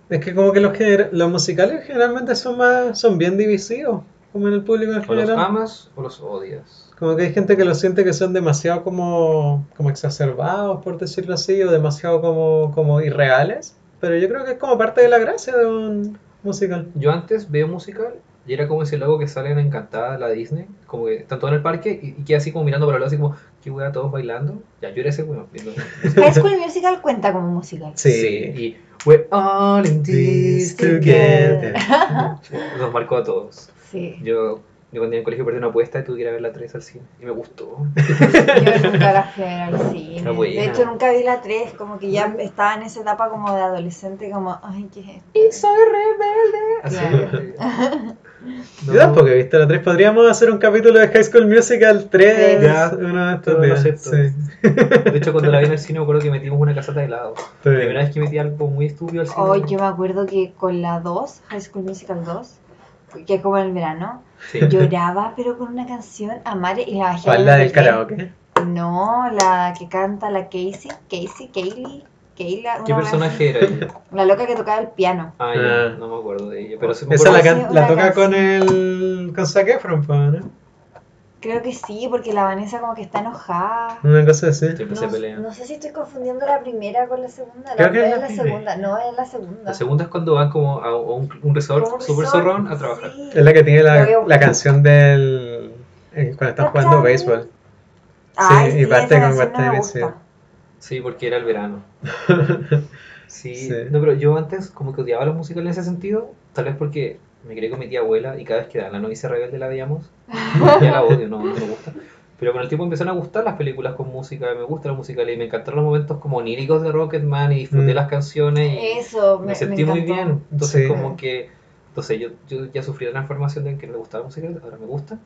B: Es que como que los, gener- los musicales generalmente son más, son bien divisivos, como en el público en
A: O los
B: general.
A: amas o los odias.
B: Como que hay gente que lo siente que son demasiado como, como exacerbados, por decirlo así, o demasiado como, como irreales. Pero yo creo que es como parte de la gracia de un musical.
A: Yo antes veo musical y era como ese loco que sale en Encantada, la Disney. Como que están todos en el parque y, y queda así como mirando para el lado, así como, qué wea, todos bailando. Ya, yo era ese weón. viendo-
C: High School Musical cuenta como musical.
A: Y we're all in
B: This
A: this
B: together.
A: together. Nos marcó a todos.
C: Sí.
A: Yo, yo cuando iba al colegio perdí una apuesta y tuve que ir a ver la 3 al cine. Y me gustó.
C: Yo nunca la fui a ver al cine.
A: Está buena.
C: De hecho, nunca vi la 3, como que ya estaba en esa etapa como de adolescente, como, ay, ¿qué es esto?
A: Y soy rebelde. Así,
B: Yo tampoco he visto la 3. Podríamos hacer un capítulo de High School Musical 3
A: Ya,
B: uno
A: yo
B: de estos
A: lo
B: días.
A: acepto.
B: Sí,
A: De hecho, cuando la vi en el cine, me acuerdo que metimos una casata de helado.
B: está
A: La primera
B: bien.
A: vez que metí algo muy estúpido al cine.
C: Hoy yo me acuerdo que con la 2, High School Musical 2, que es como en el verano,
A: Sí.
C: lloraba, pero con una canción a Mare y la bajé.
B: ¿Cuál
C: al
B: la del
C: nivel.
B: karaoke?
C: No, la que canta la Casey, Casey, Kaylee, Kayla,
A: ¿Qué
C: una
A: personaje era ella?
C: wea así. La loca que tocaba el piano.
A: Ah, ya,
B: Ah.
A: no me acuerdo de ella. Pero sí me
B: Esa la,
A: acuerdo-
B: can-
C: Sí,
B: la
C: una
B: toca
C: canción.
B: con el con Zac Efron, po, ¿no?
C: Creo que sí, porque la Vanessa como que está enojada.
B: Una cosa así.
A: Siempre Mm, se
C: No,
A: pelean.
C: no sé si estoy confundiendo la primera con la segunda. La
B: Creo que
C: primera
B: es la
C: es la
B: primera.
C: segunda. No, es la segunda.
A: La segunda es cuando van como a a un, un resort
C: Como un
A: super
C: resort,
A: zorrón a trabajar.
C: sí.
B: Es la que tiene
C: Lo
B: la,
C: voy a buscar.
B: la canción del. eh, cuando están jugando béisbol.
C: Ay,
B: sí,
C: sí,
B: y parte con
C: esa canción no me
B: Guatemala,
C: gusta.
A: Sí, porque era el verano. Sí,
B: Sí.
A: no, pero yo antes como que odiaba los musicales en ese sentido, tal vez porque me crié con mi tía abuela y cada vez que dan la novicia rebelde la veíamos, ya la odio, no, no me gusta. Pero con el tiempo empezaron a gustar las películas con música, me gusta la música y me encantaron los momentos como oníricos de Rocketman y disfruté
B: Mm.
A: las canciones y
C: Eso, me,
A: me sentí muy
C: encantó.
A: bien. Entonces
B: Sí.
A: como que, entonces yo, yo ya sufrí la transformación de que no me gustaba la música, ahora me gusta.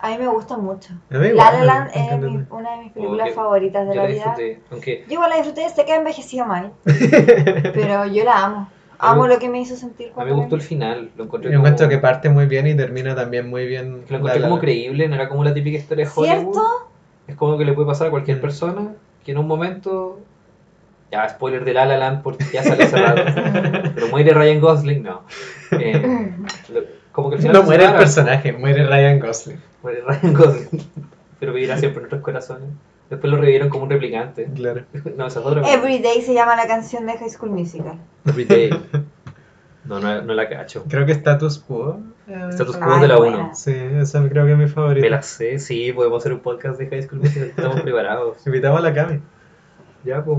C: A mí me gusta mucho.
B: A mí
C: La
B: igual,
C: La
B: me
C: Land es
B: encanta.
C: mi- una de mis películas
A: Porque
C: favoritas de
A: Yo
C: la
A: la
C: vida.
A: disfruté, aunque
C: Yo igual la disfruté, sé que ha envejecido mal, pero yo la amo. Amo lo que me hizo sentir
A: a mí
C: cuando
A: me
C: la
A: gustó el
C: vi.
A: final, lo encontré
B: Yo encuentro
A: como-
B: que parte muy bien y termina también muy bien.
A: que lo
B: La
A: encontré
B: La
A: como
B: Land.
A: creíble, no era como la típica historia de Hollywood.
C: ¿Cierto?
A: Es como que le puede pasar a cualquier
B: Mm.
A: persona que en un momento. Ya, spoiler de La La Land porque ya sale cerrado. pero muere Ryan Gosling, no. Eh, lo- como que al final
B: No
A: se
B: muere el
A: separa,
B: personaje, muere Ryan Gosling.
A: Muere Ryan Gosling. Pero vivirá siempre en nuestros corazones. Después lo revivieron como un replicante.
B: Claro.
A: No, esa es otra.
C: Everyday se llama la canción de High School Musical.
A: Every Day. No, no, no la cacho.
B: Creo que Status Quo. eh,
A: Status
B: esa-
A: Quo
C: Ay,
A: de la
C: buena.
A: 1.
B: Sí, esa creo que es mi
A: Me
B: favorita.
A: la sé, sí, podemos hacer un podcast de High School Musical. Estamos preparados.
B: Invitamos a la Cami.
A: Ya, pues.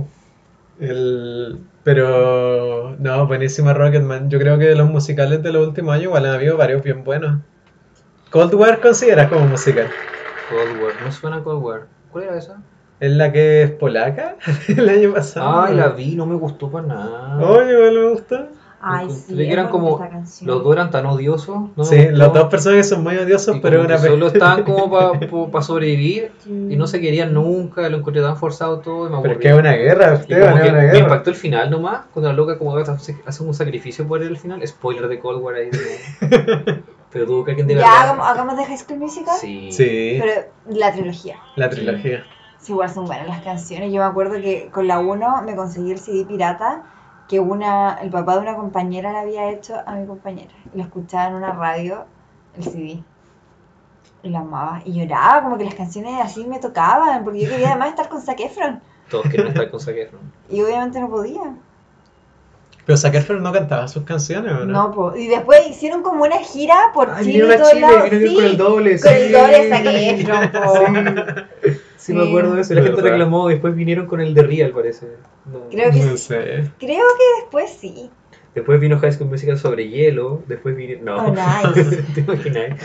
B: El... Pero no, buenísima Rocketman. Yo creo que de los musicales de los últimos años igual han habido varios bien buenos. Cold War consideras como musical.
A: Cold War. No suena Cold War. ¿Cuál era esa?
B: ¿Es la que es polaca? El año pasado.
A: Ay, Ah, la vi, no me gustó para nada.
B: Oye, igual me gusta.
C: Ay,
A: Encontré
C: sí.
A: que
C: es
A: eran
C: bonita
A: como
C: esta canción.
A: Los dos eran tan odiosos. no me
B: Sí,
A: gustó.
B: los dos personajes son muy odiosos,
A: Y
B: pero
A: como
B: una
A: que
B: vez.
A: solo estaban como para sobrevivir y no se querían nunca, lo encontré tan forzado todo y me
B: Pero es
A: aburrí.
B: que es una guerra,
A: Y como
B: Esteban, es
A: que
B: una
A: me
B: guerra.
A: impactó el final nomás, cuando la loca como hace hace un sacrificio por el final, spoiler de Cold War ahí. de- Pero tuvo que alguien de
C: Ya hagamos, hagamos de High School Musical,
A: Sí.
B: Sí,
C: pero la trilogía.
B: la trilogía.
C: Sí, igual son buenas las canciones. Yo me acuerdo que con la 1 me conseguí el CD pirata que una, el papá de una compañera le había hecho a mi compañera. Y lo escuchaba en una radio, el CD. y la amaba. Y lloraba, como que las canciones así me tocaban, porque yo quería además estar con Zac Efron.
A: Todos quieren estar con Zac Efron.
C: Y obviamente no podía.
B: Pero Zac Efron no cantaba sus canciones, ¿o no?
C: No, po. y después hicieron como una gira por
A: Ay,
C: Chile
A: vino
C: y
A: a
C: todos
A: Chile,
C: lados.
A: vino a ir
C: sí,
A: con el doble,
C: Con el
A: sí.
C: doble Zac Efron, po.
A: Sí, me
C: Sí.
A: acuerdo de eso. La gente
B: ¿Verdad?
A: reclamó, después vinieron con el de Real, parece. No.
C: Creo que
B: No sé.
C: Creo que después sí.
A: Después vino High School Musical sobre hielo, después vino... No,
C: Oh, nice.
A: ¿te imaginas?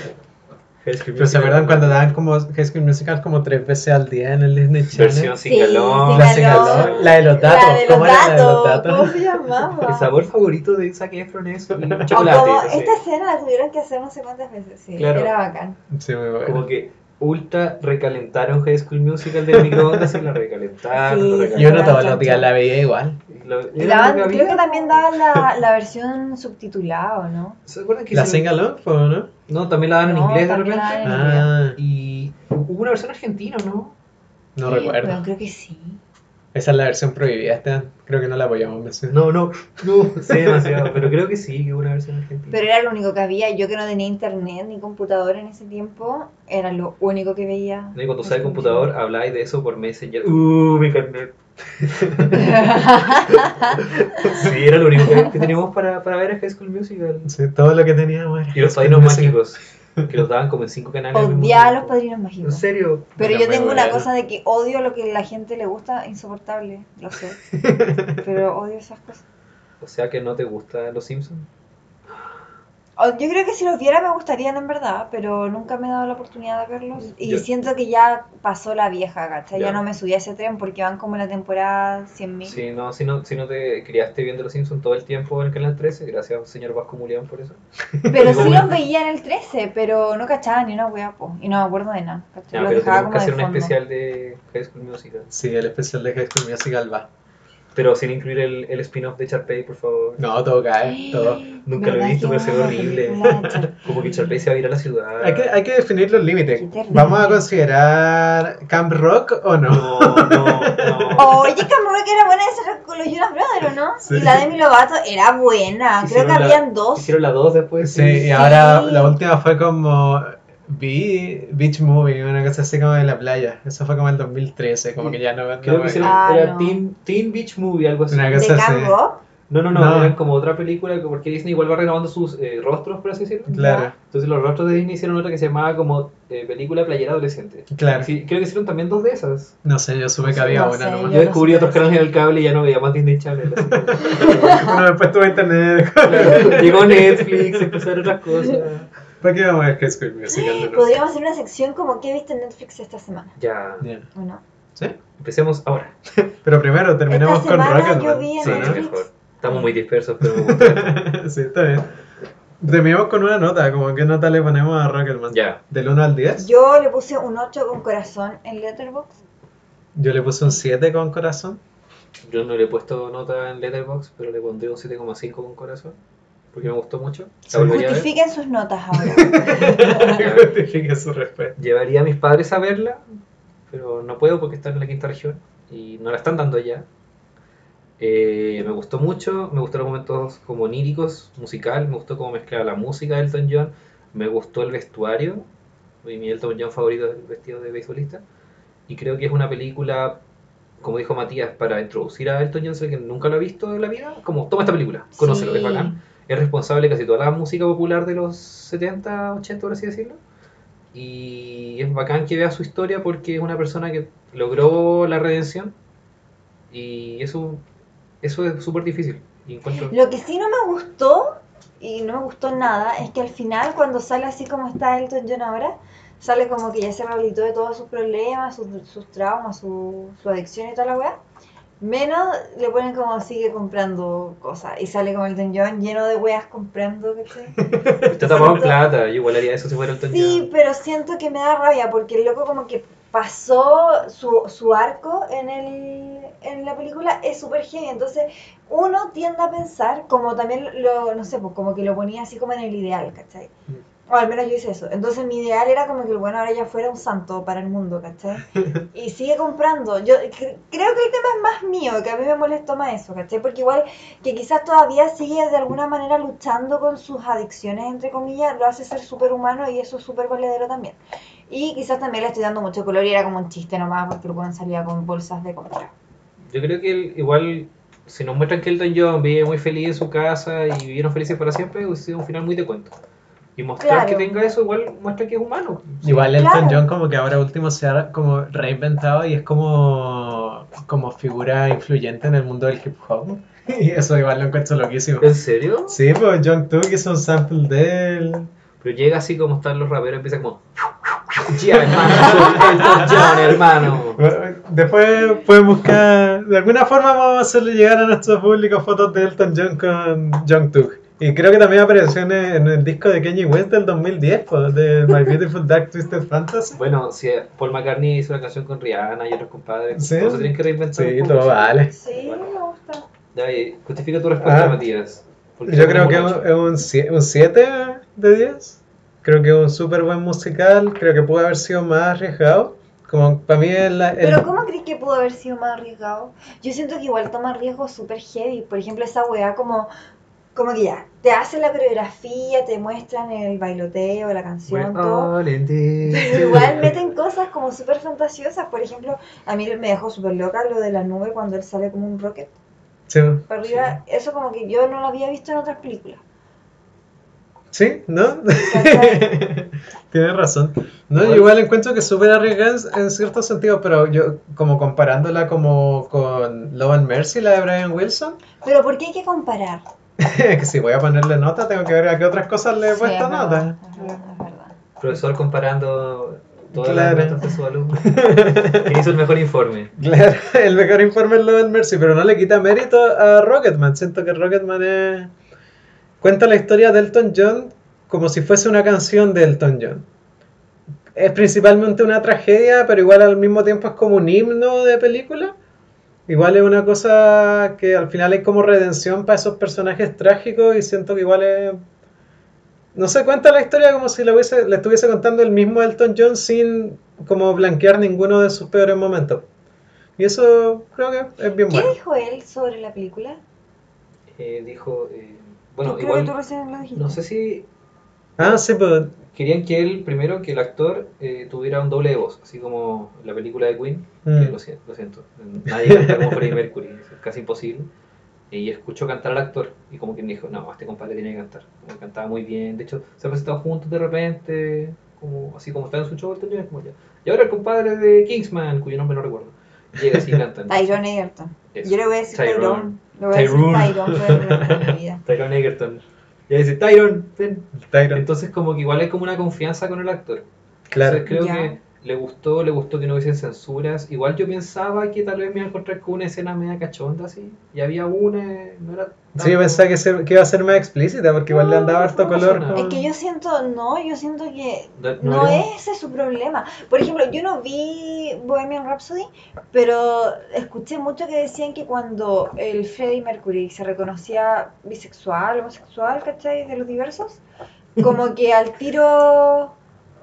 A: High School
B: Pero se
A: Musical,
B: acuerdan cuando daban como High School Musical como tres veces al día en el Disney Channel.
A: Versión sin galón.
C: sin
B: La, sin
C: galón.
B: galón, la de los datos.
C: la de los
B: ¿Cómo era la de los
C: datos.
B: datos?
C: ¿Cómo se
A: El
C: llamaba?
A: sabor favorito de Zac Efron es el
C: O
A: chocolate.
C: Ah, como-
A: ese.
C: esta escena la tuvieron que hacer no sé cuántas veces. Sí,
A: Claro.
C: era bacán.
B: Sí, muy
A: Como
B: bueno.
A: que ultra recalentaron High School Musical del microondas y la recalentaron.
C: Sí,
A: lo
C: sí.
B: Y
A: recalentaron.
B: uno todos los días la veía igual.
A: Lo-
C: Y
A: era
C: daban-
A: lo que
C: creo que
A: había.
C: también daban la, la versión subtitulada, ¿o no?
A: ¿Se acuerdan que
B: La
A: hicieron-
B: singalón, fue, ¿no?
A: No, también la dan en
C: No,
A: inglés de
C: también
A: repente.
C: la dan en
B: Ah,
A: Y hubo una versión argentina, ¿no?
B: no
C: Sí,
B: recuerdo.
C: Pero creo que sí.
B: Esa es la versión prohibida, esta. Creo que no la apoyamos mencionar.
A: No, no, no sé demasiado, pero creo que sí, que hubo una versión argentina.
C: Pero era lo único que había. Yo que no tenía internet ni computadora en ese tiempo, era lo único que veía.
A: No, y cuando usaba el
C: High School
A: computador habláis de eso por Messenger. Uh, mi carnet. Sí, era lo único que, que teníamos para, para ver a High School Musical.
B: Sí, todo lo que teníamos era
A: Y los
B: High
A: padrinos
B: School Musical.
A: mágicos, que los daban como en cinco canales. al mismo
C: Odiaba a los
A: tiempo.
C: padrinos
A: ¿En
C: mágicos.
A: serio?
C: Pero
B: Era
C: yo
B: muy
C: tengo una
B: bueno.
C: cosa de que odio lo que la gente le gusta, insoportable, lo sé. Pero odio esas cosas.
A: O sea que no te gusta Los Simpsons.
C: O- Oh, Yo creo que si los viera me gustarían en verdad, pero nunca me he dado la oportunidad de verlos. Y
A: Yo-
C: siento que ya pasó la vieja, gacha. Ya
A: Ya.
C: no me subí a ese tren porque van como en la temporada 100.000.
A: Si no, si no, si no te criaste viendo Los Simpsons todo el tiempo en el canal 13, gracias señor Vasco Mulián por eso.
C: Pero sí
A: Bueno.
C: los veía en el 13, pero no cachaba ni una wea, po. Y no me acuerdo de nada. ¿cachai?
A: Ya,
C: Lo
A: Ah, pero
C: dejaba
A: tenemos que
C: como de
A: hacer un
C: fondo.
A: especial de High School Musical.
B: Sí, el especial de High School Musical va.
A: Pero sin incluir el, el spin-off de Charpey, por favor.
B: No, todo cae, todo.
A: Nunca lo he
C: ¿Verdad
A: visto,
C: que
A: pero se ve
C: hubo una
A: horrible.
C: película de Charpey?
A: Como que Charpey se va a ir a la ciudad.
B: Hay que, hay que definir los límites.
C: Qué terrible.
B: ¿Vamos a considerar Camp Rock o no?
A: No, no, no.
C: Oye, Cameron, que era buena esa con los Jonas Brothers, ¿o ¿no?
B: Sí.
C: Y la de Demi Lovato era buena. Creo
A: Hicieron
C: que
A: la-
C: habían dos.
A: Hicieron la 2 después.
B: Sí, y ahora la última fue como Be- Beach Movie, una cosa así como de la playa. Eso fue como el 2013, como que ya no... no
A: Creo que
B: me-
A: hicieron,
C: Ah,
A: era
C: no.
A: Teen, Teen Beach Movie, algo así.
B: Una
C: ¿De
B: esa
C: Camp
B: sí.
C: Rock?
A: No, no, no,
B: No.
A: eran como otra película que- porque Disney igual va renovando sus eh, rostros, por así decirlo.
C: Ah,
B: Claro,
A: Entonces los rostros de Disney hicieron otra que se llamaba como eh, película playera adolescente.
B: claro.
A: Sí, creo que hicieron también dos de esas.
B: No sé, yo supe que había
C: No
B: una
C: sé,
B: nomás.
C: Yo
A: Yo,
C: no
A: descubrí
C: sé.
A: otros canales en el cable y ya no veía más Disney Channel. así que-
B: Bueno, después tuve internet.
A: Claro, Llegó Netflix, empezaron otras cosas.
B: ¿Para qué vamos a ver High School Musical de nuevo?
C: Podríamos hacer una sección como ¿Qué viste en Netflix esta semana?
A: Ya,
B: Ya.
C: ¿O no?
B: ¿Sí?
A: empecemos ahora.
B: Pero primero terminamos
C: Esta
B: con
C: semana
B: Rocketman.
C: yo vi
B: Sí,
C: en
A: Sí,
B: ¿no?
C: Netflix.
A: mejor. Estamos muy dispersos, pero me gusta esto.
B: sí, está bien. Terminamos con una nota, como qué nota le ponemos a Rocketman.
A: Ya.
B: Del 1 al 10. Yo,
C: Yo le puse un 8 con corazón en Letterboxd.
B: le puse un 7 con corazón.
A: Yo no le he puesto nota en Letterboxd, pero le pondré un 7,5 con corazón. Porque me gustó mucho. La
B: Sí.
A: volvería a ver.
C: Justifiquen sus notas ahora.
B: Justifique su respeto.
A: Llevaría a mis padres a verla, pero no puedo porque están en la quinta región y no la están dando allá. Eh, me gustó mucho, me gustaron momentos como oníricos, musical, me gustó cómo mezclaba la música de Elton John, me gustó el vestuario, y mi Elton John favorito es el vestido de beisbolista, y creo que es una película, como dijo Matías, para introducir a Elton John, si alguien nunca lo ha visto en la vida, como toma esta película, conócelo, es
C: Sí.
A: bacán es responsable de casi toda la música popular de los 70, 80, por así decirlo. Y es bacán que vea su historia porque es una persona que logró la redención. Y eso, eso es súper difícil. Y encuentro-
C: Lo que sí no me gustó, y no me gustó nada, es que al final cuando sale así como está Elton John ahora, sale como que ya se rehabilitó de todos sus problemas, sus, sus traumas, su, su adicción y toda la weá. Menos le ponen como sigue comprando cosas y sale como Elton John lleno de weas comprando, ¿cachai?
A: Está tapado en
C: siento-
A: plata. Yo igual haría eso si fuera el John.
C: Sí, pero siento que me da rabia porque el loco como que pasó su, su arco en, el, en la película es súper heavy. Entonces uno tiende a pensar como también lo, no sé, pues como que lo ponía así como en el ideal, ¿cachai? O al menos yo hice eso. Entonces mi ideal era como que el bueno ahora ya fuera un santo para el mundo, ¿cachai? Y sigue comprando. Yo cre- creo que el tema es más mío, que a mí me molestó más eso, ¿cachai? Porque igual que quizás todavía sigue de alguna manera luchando con sus adicciones, entre comillas, lo hace ser súper humano y eso es súper valedero también. Y quizás también le estoy dando mucho color y era como un chiste nomás porque el weón salía con bolsas de compra.
A: Yo creo que él, igual, si nos muestran que Elton John vive muy feliz en su casa y vivieron felices para siempre, hubiese sido un final muy de cuento. Y mostrar
C: Claro.
A: que tenga eso, igual muestra que es humano.
B: Igual Elton
C: Claro.
B: John como que ahora último se ha como reinventado y es como, como figura influyente en el mundo del hip hop. Y eso igual lo encuentro loquísimo.
A: ¿En serio?
B: Sí, pues John Tuck hizo un sample de él.
A: Pero llega así como están los raperos, empieza como. Ya, hermano, soy Elton John, hermano.
B: Después pueden buscar, de alguna forma vamos a hacerle llegar a nuestro público fotos de Elton John con John Tug. Y creo que también apareció en el, en el disco de Kanye West del 2010, pues, de My Beautiful Dark Twisted Fantasy.
A: Bueno, si Paul McCartney hizo la canción con Rihanna y otros compadres,
B: Sí.
A: todos se tienen que reinventar. un
B: Sí,
A: poco.
B: todo vale.
C: Sí, me gusta.
A: Ya, y justifica tu respuesta,
B: Ah.
A: Matías. porque
B: Yo
A: no
B: creo
A: tenemos
B: que
A: mucho.
B: es un 7 de 10. Creo que es un súper buen musical. Creo que pudo haber sido más arriesgado. Como para mí es la... el-
C: Pero ¿cómo crees que pudo haber sido más arriesgado? Yo siento que igual toma riesgos súper heavy. Por ejemplo, esa weá como, como que ya, te hacen la coreografía, te muestran el bailoteo, la canción,
A: We're
C: todo.
A: all in this
C: Pero igual meten cosas como súper fantasiosas. Por ejemplo, a mí me dejó súper loca lo de la nube cuando él sale como un rocket
B: Sí,
C: para arriba. Eso como que yo no lo había visto en otras películas.
B: ¿Sí? ¿no?
C: ¿Cachai?
B: Tienes razón. No,
A: Igual-
B: igual encuentro que es súper arriesgada en- en cierto sentido, pero yo como comparándola como con Love and Mercy, la de Brian Wilson,
C: Pero ¿por qué hay que comparar?
B: que si voy a ponerle nota, tengo que ver a qué otras cosas le he
C: Sí,
B: puesto
C: es verdad,
B: nota.
C: es verdad, es verdad.
A: Profesor comparando todas
B: Claro.
A: las notas de su alumno. ¿Quién hizo el mejor informe?
B: Claro, el mejor informe es Love and Mercy, pero no le quita mérito a Rocketman. Siento que Rocketman es... cuenta la historia de Elton John como si fuese una canción de Elton John. Es principalmente una tragedia, pero igual al mismo tiempo es como un himno de película. Igual es una cosa que al final es como redención para esos personajes trágicos y siento que igual es... No sé, cuenta la historia como si la hubiese- la estuviese contando el mismo Elton John sin como blanquear ninguno de sus peores momentos. Y eso creo que es bien
C: ¿Qué
B: bueno.
C: dijo él sobre la película?
A: Eh, dijo, eh, bueno,
C: Yo creo que tú
A: igual,
C: recién lo dijiste.
A: no sé si
B: Ah, sí, pues
A: querían que él, primero, que el actor eh, tuviera un doble de voz, así como en la película de Queen,
B: Mm.
A: que lo, si- lo siento, nadie canta como Freddie Mercury, es casi imposible. Y escuchó cantar al actor, y como que me dijo, no, este compadre tiene que cantar, como que cantaba muy bien, de hecho, se han presentado juntos de repente, como, así como está en su show, Elton John es como ya. Y ahora el compadre de Kingsman, cuyo nombre no recuerdo, llega así y cantan.
C: Tyrone Egerton. Yo le voy a decir Tyrone.
A: Tyrone.
C: Le voy a decir
A: Tyrone.
C: Tyrone por el resto de mi vida.
A: Tyron Egerton. Y ahí dice, Tyron, ven.
B: el Tyrant.
A: Entonces como que igual hay como una confianza con el actor.
B: Claro.
A: Entonces creo
C: Ya.
A: que le gustó, le gustó que no hubiesen censuras. Igual yo pensaba que tal vez me iba a encontrar con una escena media cachonda así. Y había una, eh, no era
B: Sí, yo pensaba que, se- que iba a ser más explícita porque igual le han dado harto
A: No,
B: color.
A: no.
B: como-
C: Es que yo siento, no, yo siento que
A: No- no
C: no
A: era-
C: es ese su problema. Por ejemplo, yo no vi Bohemian Rhapsody, pero escuché mucho que decían que cuando el Freddie Mercury se reconocía bisexual, homosexual, ¿cachai? De los diversos, como que al tiro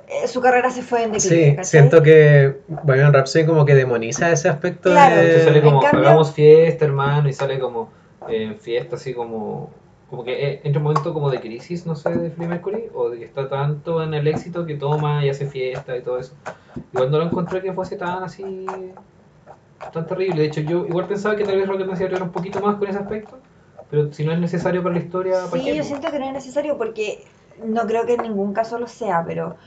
C: eh, su carrera se fue en declive,
B: Sí,
C: ¿cachai?
B: siento que Bohemian Rhapsody como que demoniza ese aspecto
C: Claro.
A: Entonces sale
B: de...
A: como,
C: Eh, en cambio-
A: hagamos fiesta, hermano, y sale como eh, fiesta así como... Como que eh, entra un momento como de crisis, no sé, de Freddie Mercury, o de que está tanto en el éxito que toma y hace fiesta y todo eso. Igual no lo encontré que fuese tan así... tan terrible. De hecho, yo igual pensaba que tal vez Rocketman se abriera un poquito más con ese aspecto, pero si no es necesario para la historia, ¿para
C: Sí,
A: qué?
C: yo
A: po?
C: siento que no es necesario porque no creo que en ningún caso lo sea, pero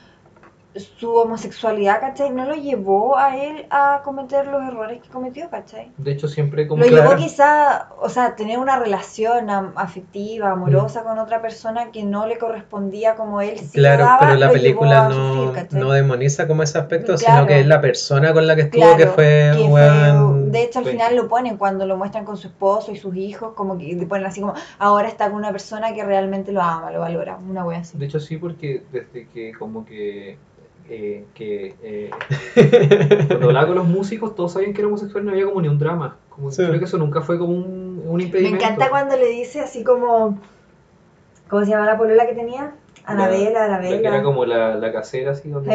C: su homosexualidad, ¿cachai? No lo llevó a él a cometer los errores que cometió, ¿cachai?
A: De hecho, siempre como...
C: Lo
A: que-
C: llevó
B: Claro.
C: quizá, o sea, a tener una relación am-
B: Mm.
C: afectiva, amorosa con otra persona que no le correspondía como él sí lo
B: Claro,
C: daba,
B: pero la
C: lo llevó
B: película
C: a
B: no,
C: sufrir, ¿cachai?
B: no demoniza como ese aspecto,
C: Claro.
B: sino que es la persona con la que estuvo
C: Claro,
B: que fue
C: que
B: un
C: fue-
B: weón-
C: de hecho al
A: Sí.
C: final lo ponen cuando lo muestran con su esposo y sus hijos, como que le ponen así como, ahora está con una persona que realmente lo ama, lo valora, una wea así.
A: De hecho, sí, porque desde que como que... eh, que eh, cuando hablaba con los músicos, todos sabían que era homosexual, no había como ni un drama. Como que
B: Sí.
A: Creo que eso nunca fue como un, un
C: Me
A: impedimento.
C: encanta cuando le dice así como. ¿Cómo se llama la polola que tenía? Anabela,
A: La que era
C: Anabela.
A: como la, la casera, así. Donde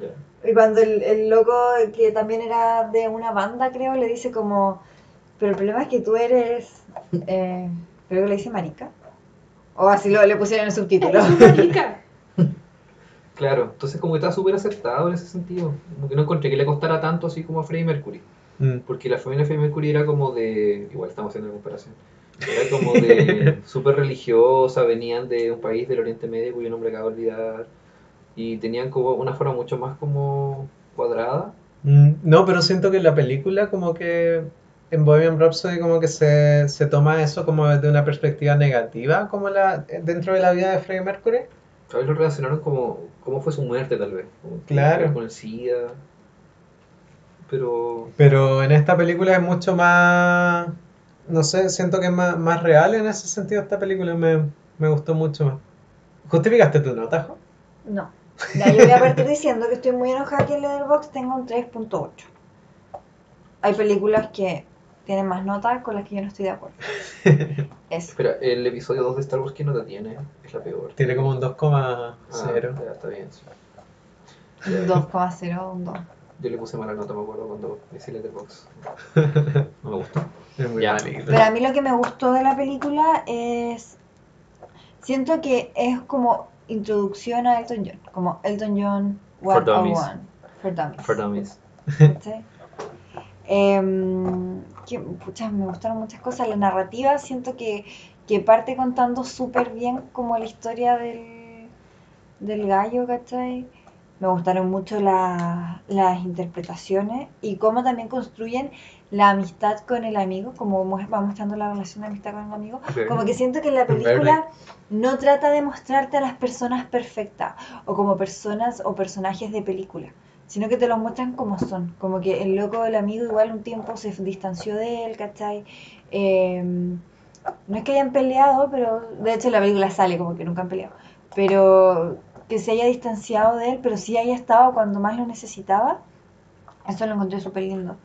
C: Sí.
A: Ya.
C: Y cuando el, el loco, que también era de una banda, creo, le dice como, pero el problema es que tú eres, eh, creo que le dice marica. O así lo, le pusieron en el subtítulo.
E: Es una rica.
A: Claro, entonces como que está súper aceptado en ese sentido. Como que no encontré que le costara tanto así como a Freddie Mercury.
B: Mm.
A: Porque la familia de Freddie Mercury era como de. Igual estamos haciendo la comparación. Era como de. súper religiosa, venían de un país del Oriente Medio cuyo nombre acabo de olvidar. Y tenían como una forma mucho más como cuadrada.
B: Mm, No, pero siento que la película como que en Bohemian Rhapsody como que se, se toma eso como desde una perspectiva negativa como la dentro de la vida de Freddie Mercury.
A: Tal vez lo relacionaron como cómo fue su muerte, tal vez. Como que tiene que
B: Claro.
A: ver Con el SIDA. Pero.
B: Pero en esta película es mucho más, no sé, siento que es más, más real en ese sentido esta película, me, me gustó mucho más. ¿Justificaste tu nota, Jo?
C: No. Ya, yo voy a partir diciendo que estoy muy enojada que en Letterboxd tenga un 3.8. Hay películas que tienen más notas con las que yo no estoy de acuerdo. Eso.
A: Espera, el episodio 2 de Star Wars, ¿qué nota tiene? Es la peor.
B: Tiene como un
A: Ah,
B: 2,0.
A: ya, está bien. sí.
C: Un 2,0, un 2.
A: Yo le puse mala nota, me acuerdo, cuando hice Letterboxd. No me gustó.
B: Es muy
A: Ya.
B: maligno.
C: Pero a mí lo que me gustó de la película es. Siento que es como introducción a Elton John. Como Elton John
A: For
C: 101.
A: Dummies.
C: For Dummies.
A: For dummies.
C: ¿cachai? Em, que, pucha, me gustaron muchas cosas. La narrativa siento que, que parte contando súper bien como la historia del, del gallo, ¿cachai? Me gustaron mucho la- las interpretaciones y cómo también construyen la amistad con el amigo, como mu- va mostrando la relación de amistad con el amigo.
A: Ok.
C: Como que siento que la
B: Con
C: película no trata de mostrarte a las personas perfectas o como personas o personajes de película, sino que te los muestran como son. Como que el loco del amigo igual un tiempo se distanció de él, ¿cachai? Eh, no es que hayan peleado, pero de hecho en la película sale como que nunca han peleado. Pero que se haya distanciado de él, pero sí haya estado cuando más lo necesitaba, eso lo encontré súper lindo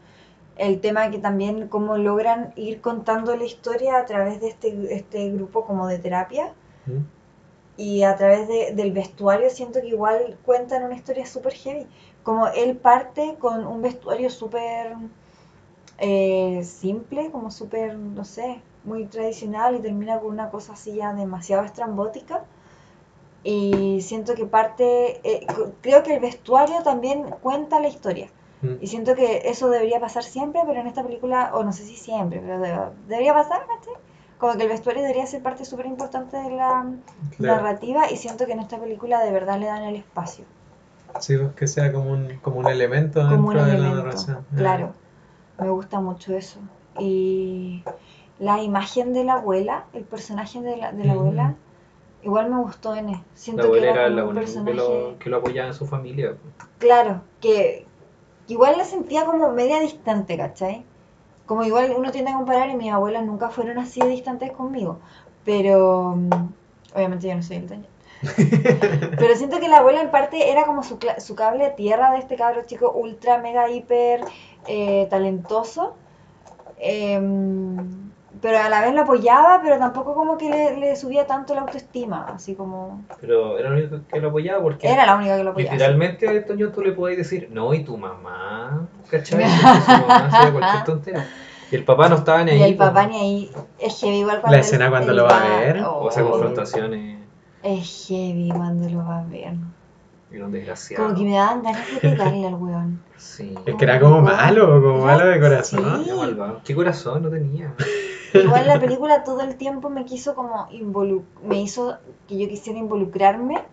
C: el tema que también cómo logran ir contando la historia a través de este, este grupo como de terapia
B: Mm.
C: y a través de- del vestuario siento que igual cuentan una historia súper heavy. Como él parte con un vestuario súper eh, simple, como súper, no sé, muy tradicional y termina con una cosa así ya demasiado estrambótica. Y siento que parte, eh, co- creo que el vestuario también cuenta la historia.
B: Mm.
C: Y siento que eso debería pasar siempre, pero en esta película, o no sé si siempre, pero de- debería pasar, ¿cachai? Como que el vestuario debería ser parte súper importante de la
B: Claro.
C: narrativa y siento que en esta película de verdad le dan el espacio,
B: Sí, pues que sea como un, como un elemento
C: como un
B: dentro de la
C: elemento.
B: narración. Ah.
C: Claro, me gusta mucho eso. Y la imagen de la abuela, el personaje de la, de la
B: Mm.
C: abuela, igual me gustó en él.
A: La
C: Siento que
A: abuela
C: era
A: era
C: como
A: la
C: un
A: única que
C: personaje...
A: lo, que lo apoyaba en su familia.
C: Claro, que igual la sentía como media distante, ¿cachai? Como igual uno tiende a comparar y mis abuelas nunca fueron así de distantes conmigo, pero mm, obviamente yo no soy el John. Pero siento que la abuela en parte era como su, cla- su cable a tierra de este cabro chico ultra, mega, hiper eh, talentoso. Em, pero a la vez lo apoyaba, pero tampoco como que le, le subía tanto la autoestima, así como...
A: Pero era lo único que lo apoyaba porque
C: Era la única que lo apoyaba.
A: literalmente a Elton John tú le podías decir, no, y tu mamá, ¿cachai? Porque su mamá hacía cualquier tontera. Y el papá no estaba ni ahí.
C: Y el
A: pues,
C: papá ni ahí. Es heavy igual cuando.
B: La
C: él-
B: escena cuando
C: él
B: lo va a ver,
A: O esa
C: Oh,
A: confrontación es,
C: Es heavy cuando lo va a ver.
A: es un desgraciado.
C: Como que me daban ganas de pegarle al weón.
A: Sí.
B: Es que era como malo, como malo de corazón, ¿no?
C: Sí.
A: Qué malvado. Qué corazón no tenía.
C: Igual la película todo el tiempo me quiso como involu me hizo que yo quisiera involucrarme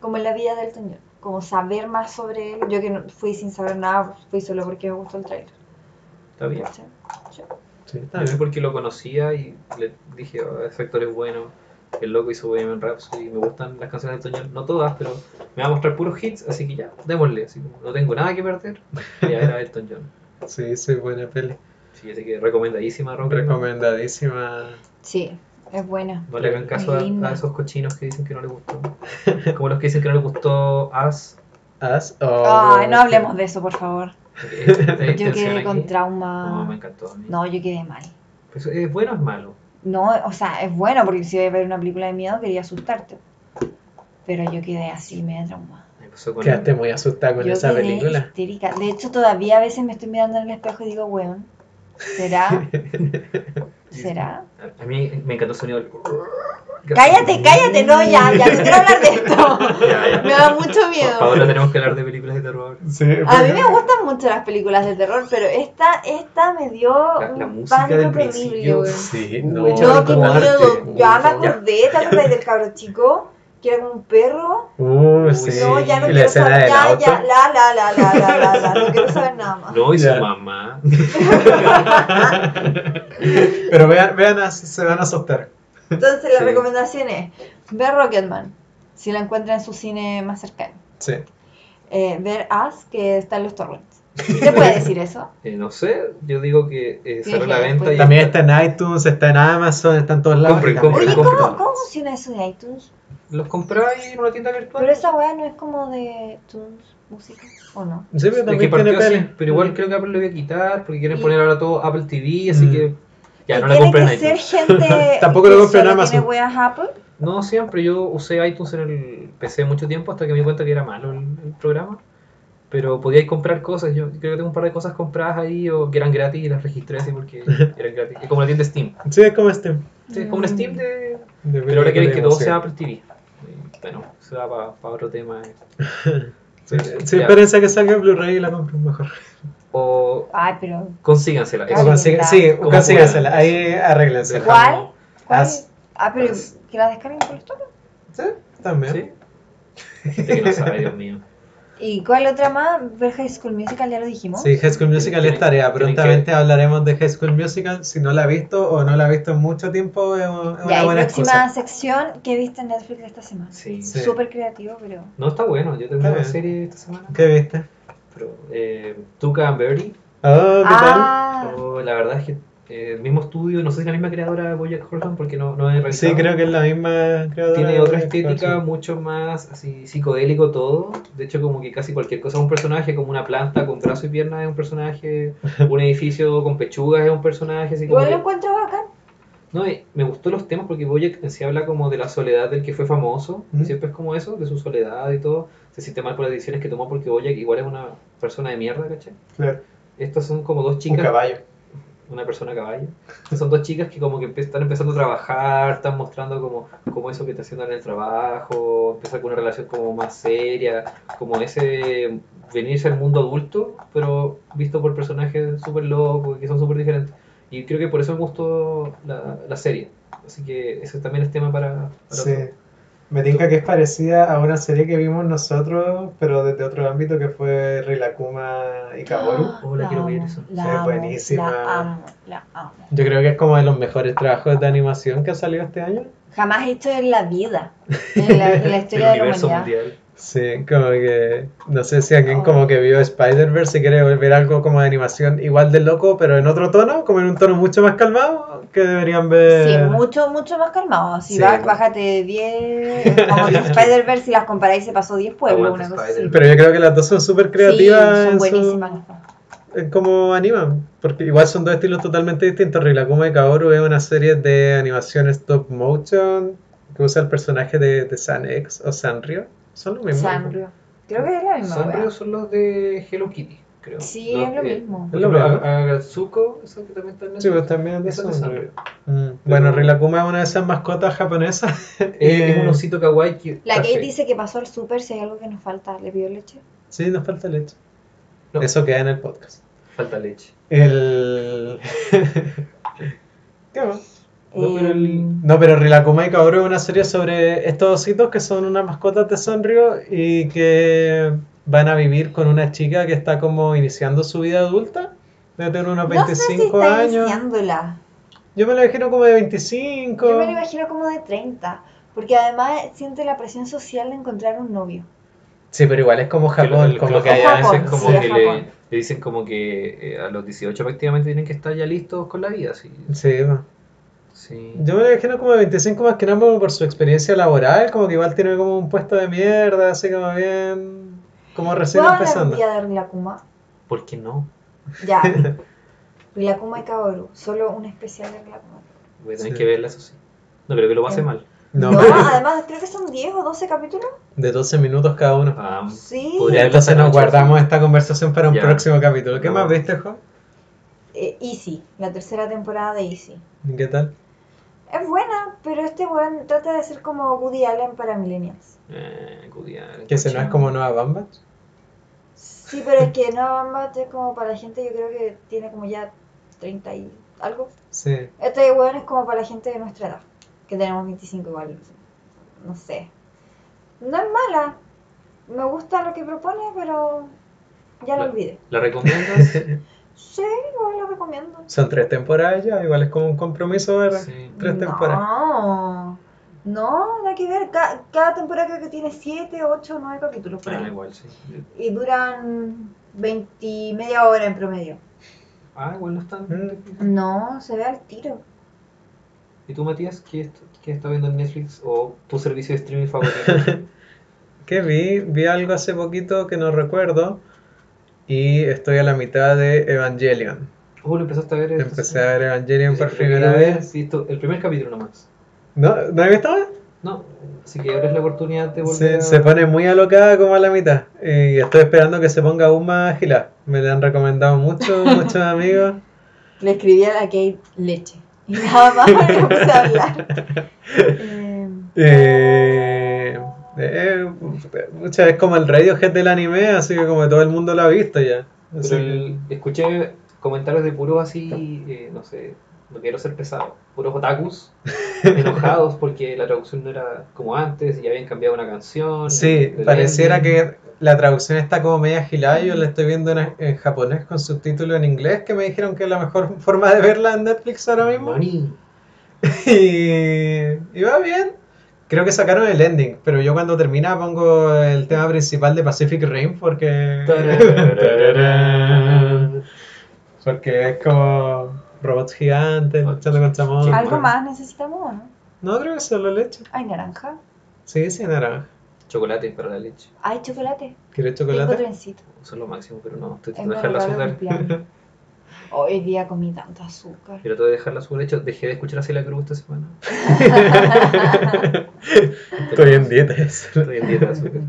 C: como en la vida del Elton John, como saber más sobre él. Yo que no- fui sin saber nada, fui solo porque me gustó el trailer.
A: Está bien.
B: Sí, está
A: También
B: bien.
A: porque lo conocía y le dije, "Ah, ese actor es bueno, el loco hizo Bohemian Rhapsody, me gustan las canciones de Elton John, no todas, pero me va a mostrar puros hits, así que ya, démosle, así como, no tengo nada que perder, voy a ver a Elton John.
B: Sí, sí, buena peli.
A: Sí, así que recomendadísima, Ron Perlman.
B: Recomendadísima.
C: Sí, es buena.
A: No le hagan caso a,
C: Muy linda.
A: a esos cochinos que dicen que no les gustó. Como los que dicen que no les gustó As.
B: As
C: Ay, no hablemos de eso, por favor.
A: eh,
C: Yo quedé con
A: No,
B: Oh,
A: Oh, me
C: trauma.
A: encantó. a mí.
C: No, yo quedé mal.
A: Pues, ¿Es bueno o es malo?
C: No, o sea, es bueno porque si voy a ver una película de miedo quería asustarte. Pero yo quedé así, media traumada.
A: Me pasó con
B: Quedaste muy asustada con
C: Yo
B: esa
C: quedé
B: película.
C: histérica. De hecho, todavía a veces me estoy mirando en el espejo y digo, weón, ¿será? ¿Será?
A: A mí me encantó el sonido del...
C: Cállate, cállate, no, ya, ya, no quiero hablar de esto. Me da mucho
A: Pa-
C: miedo.
A: Ahora tenemos que hablar de películas de terror.
B: Sí,
C: A
B: porque-
C: mí me gustan mucho las películas de terror, pero esta, esta me dio
A: La- la
C: un
A: música
C: pánico
A: del
C: terrible,
A: principio,
C: weón.
B: Sí,
A: Uy,
B: no,
A: no,
C: No, qué
A: como
B: arte.
C: miedo. Ya me
A: Ya.
C: acordé, ¿te acordás del cabro chico? Que era como un perro.
B: Uh,
A: Uy,
B: sí.
C: No, ya no
B: Y la
C: quiero
B: escena
C: saber.
B: del
C: Ya,
B: auto.
C: ya, la, la, la, la, la, la, la. No quiero saber nada más.
A: No, y su
B: Ya.
A: mamá.
B: Pero vean, vean, as- se van a asustar.
C: Entonces, la
A: Sí.
C: recomendación es ver Rocketman, si la encuentran en su cine más cercano.
B: Sí.
C: Eh, ver Us, que está en los torrents. ¿Se puede decir eso?
A: Eh, no sé, yo digo que eh, salió a la
C: Dije,
A: venta
C: pues.
A: y...
B: También está en iTunes, está en Amazon, está en todos lados.
A: Compren,
B: Y también-
A: compren.
C: Oye,
A: compro
C: ¿cómo,
A: nada
C: ¿cómo
A: más.
C: funciona eso de iTunes?
A: Los compráis en una tienda virtual.
C: Pero esa weá no es como de Tunes Música, ¿o no?
B: Sí, pero
A: Es que
B: también tiene
A: partió así,
B: peli.
A: pero igual creo que Apple lo voy a quitar porque quieren
C: Y-
A: poner ahora todo Apple TV, así
B: Mm.
A: que ya
C: Y
A: no la
C: tiene
A: compren
C: que
A: en
C: ser
A: iTunes.
C: gente
B: Tampoco lo
C: que
B: compren en
C: solo tiene
B: Amazon.
C: weas Apple.
A: No siempre, yo usé iTunes en el PC mucho tiempo hasta que me di cuenta que era malo el, el programa. Pero podíais comprar cosas, yo creo que tengo un par de cosas compradas ahí o que eran gratis y las registré así porque eran gratis. Es como la tienda Steam.
B: Sí, es como este.
A: Sí,
C: Mm.
A: es como un Steam de...
B: de
A: Pero ahora queréis que todo
B: música.
A: sea Apple TV. Y, Bueno, se va para otro tema. eh.
B: Sí, sí,
A: Ya.
B: espérense a que salga Blu-ray y la compren mejor.
A: O
C: Mm. Ay, pero.
A: consígansela.
C: Claro,
B: O consiga-
C: verdad.
B: sí,
A: Como
B: consígasela,
A: puedan.
B: ahí arréglensela.
C: ¿Cuál? ¿Cuál?
B: Us.
C: Ah, pero
A: Us.
C: que la descarguen por los torrents.
B: Sí, también.
A: ¿Sí? Gente que no sabe, Dios mío.
C: ¿Y cuál otra más? Ver High School Musical, ya lo dijimos.
B: Sí, High School Musical
A: Tienen-
B: es tarea.
A: tienen que-
B: Prontamente hablaremos de High School Musical. Si no la ha visto o no la ha visto en mucho tiempo, es un- es
C: Ya,
B: una
C: y
B: buena
C: próxima
B: excusa.
C: sección que viste en Netflix esta semana.
A: Sí.
B: Sí.
C: Súper creativo, pero.
A: No, está bueno. Yo terminé
B: Está
A: la
B: bien.
A: serie esta semana.
B: ¿Qué viste?
A: Pero, eh, Tuca and Birdie.
B: Oh, ¿qué
C: Ah,
A: pero la verdad es que eh, el mismo estudio, no sé si la misma creadora de Bojack Horseman, porque no, no he
B: tal?
A: revisado.
B: Sí, creo que es la misma creadora.
A: Tiene
B: de
A: otra
B: Bojack
A: estética
B: Horseman.
A: mucho más así psicodélico todo. De hecho, como que casi cualquier cosa es un personaje, como una planta con brazo y pierna es un personaje, un edificio con pechugas es un personaje, así como
C: igual
A: que-
C: lo encuentro bacán.
A: No, y me gustó los temas porque Bojack en sí habla como de la soledad del que fue famoso, y
B: ¿Mm?
A: siempre es como eso, de su soledad y todo. Se siente mal por las decisiones que tomó porque Bojack igual es una persona de mierda, ¿cachai?
B: Claro,
A: Estas son como dos
B: Un
A: chicas,
B: caballo.
A: una persona a caballo. Estas son dos chicas que como que empe- están empezando a trabajar, están mostrando como, como eso que está haciendo en el trabajo, empezar con una relación como más seria, como ese venirse al mundo adulto, pero visto por personajes súper locos, que son súper diferentes. Y creo que por eso me gustó la, la serie. Así que ese también es tema para... para
B: Sí.
A: otro.
B: Me tinca que es parecida a una serie que vimos nosotros, pero desde otro ámbito, que fue Rilakuma y Kaboru.
A: Oh, la quiero ver eso.
C: Ah, La
B: Sí,
C: amo,
B: buenísima.
C: La amo, la amo.
B: Yo creo que es como de los mejores trabajos de animación que ha salido este año.
C: Jamás he hecho en la vida. En la, en la
A: El
C: historia de la
A: universo
C: humanidad.
A: mundial.
B: Sí, como que no sé si alguien
C: Oh.
B: como que vio Spider-Verse y quiere volver algo como de animación igual de loco, pero en otro tono, como en un tono mucho más calmado, que deberían
C: Sí,
B: ver.
C: mucho, mucho más calmado. Si
B: sí. pues.
C: va- bájate de 10, como de Spider-Verse, si las comparáis, se pasó 10 pueblos,
A: Aguante
C: una cosa así.
A: Spider-Man.
B: Pero yo creo que las dos son súper creativas
C: Sí, son
B: en su-
C: buenísimas las dos.
B: en cómo animan, porque igual son dos estilos totalmente distintos. Rilakuma y Kaoru es una serie de animación stop motion que usa el personaje de, de San-X o Sanrio. Son lo mismo.
C: Sanrio. Creo que es la misma.
A: Sanrio
C: wea.
A: son los de Hello Kitty, creo.
C: Sí,
A: No,
C: es lo
A: eh,
C: mismo.
A: Por ejemplo, a, a Gatsuko, eso que también está en
B: Sí,
A: Netflix.
B: pues también es de
A: Eso es de
B: Sanrio.
A: Sanrio.
B: Mm, Bueno, Rilakuma es una de esas mascotas japonesas.
A: Es, es un
B: Eh,
A: osito kawaii que-
C: La Kate
A: perfecto.
C: dice que pasó al súper si hay algo que nos falta. ¿Le pidió leche?
B: Sí, nos falta leche.
A: No.
B: Eso queda en el podcast.
A: Falta leche.
B: El... ¿Qué más?
A: No, pero el-
C: Em,
B: Eh, No, pero Rilakuma y Kaoru es una serie sobre estos ositos que son unas mascotas de Sanrio y que van a vivir con una chica que está como iniciando su vida adulta. Debe tener unos
C: no sé si
B: 25
C: está
B: años.
C: iniciándola.
B: Yo me lo imagino como de 25.
C: Yo me lo imagino como de 30. Porque además siente la presión social de encontrar un novio.
B: Sí, pero igual es como Japón,
A: Claro,
B: como que
A: claro,
B: allá
A: a veces
C: Japón,
A: como
C: sí,
A: que
C: es
A: le,
C: Japón.
A: le dicen como que eh, a los 18 prácticamente tienen que estar ya listos con la vida. Sí.
B: Sí, va.
A: sí.
B: Yo me lo imagino como de 25 más que nada como por su experiencia laboral, como que igual tiene como un puesto de mierda, así como bien, como recién
C: ¿Puedo hablar un
B: empezando.
C: día de Rilakuma?
A: ¿Por qué no?
C: Ya. Rilakuma y Kaoru. Solo un especial de Rilakuma.
A: Voy a tener
B: Sí.
A: que verla, eso sí. No creo que lo pase
C: Sí.
A: mal.
C: No,
B: No, pero-
C: además creo que son 10 o 12 capítulos.
B: de 12 minutos cada uno.
A: Ah,
C: Sí.
A: Podría-
B: Ya, entonces nos
A: esta noche,
B: guardamos
A: sí.
B: esta conversación para un
A: Ya.
B: próximo capítulo. ¿Qué
A: No.
B: más viste, Jo?
C: Eh, Easy, la tercera temporada de Easy.
B: ¿Qué tal?
C: Es buena, pero este weón trata de ser como Woody Allen para millennials.
A: eh, Cudial,
B: Que se no es como Nueva Bamba.
C: Sí, pero es que no, Bamba es como para gente, yo creo que tiene como ya 30 y algo.
B: Sí.
C: Este weón es como para la gente de nuestra edad, que tenemos 25 igual. No sé. No es mala. Me gusta lo que propone, pero ya lo
A: La-
C: olvidé.
A: ¿La recomiendas?
C: Sí, igual lo recomiendo.
B: Son tres temporadas ya, igual es como un compromiso, ¿verdad?
A: Sí.
B: Tres temporadas.
C: No, no, nada que ver. Ca- Cada, temporada creo que tiene 7, 8, 9 capítulos por
A: Ah,
C: ahí.
A: igual, sí.
C: Y duran 20 y media hora en promedio.
A: Ah, igual no están.
B: Mm.
C: No, se ve al tiro.
A: ¿Y tú, Matías, qué, est- qué estás viendo en Netflix o tu servicio de streaming favorito?
B: ¿Qué vi? Vi algo hace poquito que no recuerdo. Y estoy a la mitad de Evangelion.
A: oh, lo empezaste a ver. esto,
B: Empecé
A: sí.
B: a ver Evangelion por
A: Sí,
B: primera
A: lo quería ver,
B: vez.
A: sí, esto- el primer capítulo nomás.
B: ¿No? ¿No he visto más?
A: No, así que ahora es la oportunidad de volver
B: Se,
A: a...
B: se pone muy alocada como a la mitad. Y estoy esperando que se ponga aún más gila. Me la han recomendado mucho, muchos amigos.
C: Le escribí a la Kate leche. Y nada más no puse a hablar. Eh,
B: Eh, eh, pucha, es como el Radiohead del anime, así que como todo el mundo lo ha visto ya.
A: Pero
B: Así que-
A: el- escuché comentarios de puros así, eh, no sé, no quiero ser pesado, puros otakus enojados porque la traducción no era como antes y habían cambiado una canción.
B: Sí,
A: el
B: pareciera
A: ending.
B: que la traducción está como media gilada. Yo la estoy viendo en, en japonés con subtítulo en inglés, que me dijeron que es la mejor forma de verla en Netflix ahora mismo.
A: Mani.
B: Y, y va bien. Creo que sacaron el ending, pero yo cuando termina pongo el tema principal de Pacific Rim porque.
A: Tarararararán.
B: porque es como robots gigantes luchando contra monstruos.
C: ¿Algo más necesitamos o no?
B: No, creo que solo leche.
C: Hay naranja,
B: Sí, sí, naranja.
A: Chocolate para la leche.
C: hay chocolate,
B: ¿Quieres
C: tengo
B: chocolate?
C: trencito.
A: Son lo máximo, pero no, estoy
C: Es mi
A: tratando de dejar la
C: regalo de
A: azúcar.
C: cumpleaños. Hoy día comí tanto azúcar.
A: Pero todo de dejar la azúcar. De hecho, dejé de escuchar así la cruz esta semana.
B: Estoy en dieta. eso.
A: Estoy en dieta de azúcar.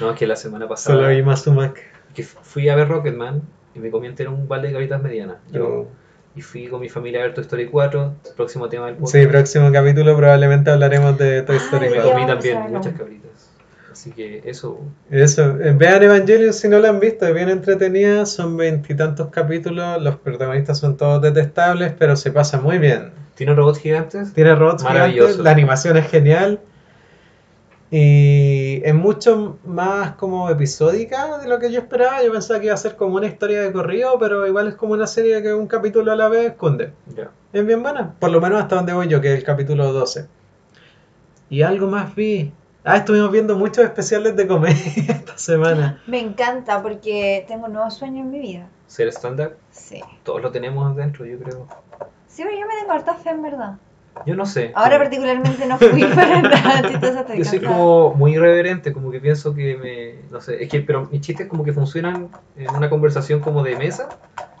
A: No, es que la semana pasada.
B: Solo vi más sumac.
A: que fui a ver Rocketman y me comí entero un balde de galletas medianas.
B: Oh.
A: Yo, Y fui con mi familia a ver Toy Story 4, próximo tema del podcast.
B: Sí, próximo capítulo probablemente hablaremos de Toy Story
C: Ay,
A: me
B: 4.
A: comí
C: vamos a
A: también
C: hacerlo.
A: muchas cabritas. Así que eso.
B: Eso, eh, vean Evangelion si no lo han visto, es bien entretenida, son veintitantos capítulos, los protagonistas son todos detestables, pero se pasa muy bien.
A: ¿Tiene robots gigantes?
B: Tiene robots gigantes,
A: Maravilloso.
B: la animación es genial y es mucho más como episódica de lo que yo esperaba, yo pensaba que iba a ser como una historia de corrido, pero igual es como una serie que un capítulo a la vez esconde.
A: Ya.
B: Es bien buena, por lo menos hasta donde voy yo, que es el capítulo 12. Y algo más vi. Ah, estuvimos viendo muchos especiales de comedia esta semana.
C: Me encanta porque tengo un nuevo sueño en mi vida.
A: Ser estándar,
C: Sí.
A: todos lo tenemos adentro, yo creo.
C: Sí, pero yo me tengo harta fe en verdad.
A: Yo no sé.
C: Ahora
A: Como-
C: particularmente no fui para nada chistosa, estoy
A: Yo soy
C: cansada.
A: como muy irreverente, como que pienso que me. No sé, es que, pero mis chistes como que funcionan en una conversación como de mesa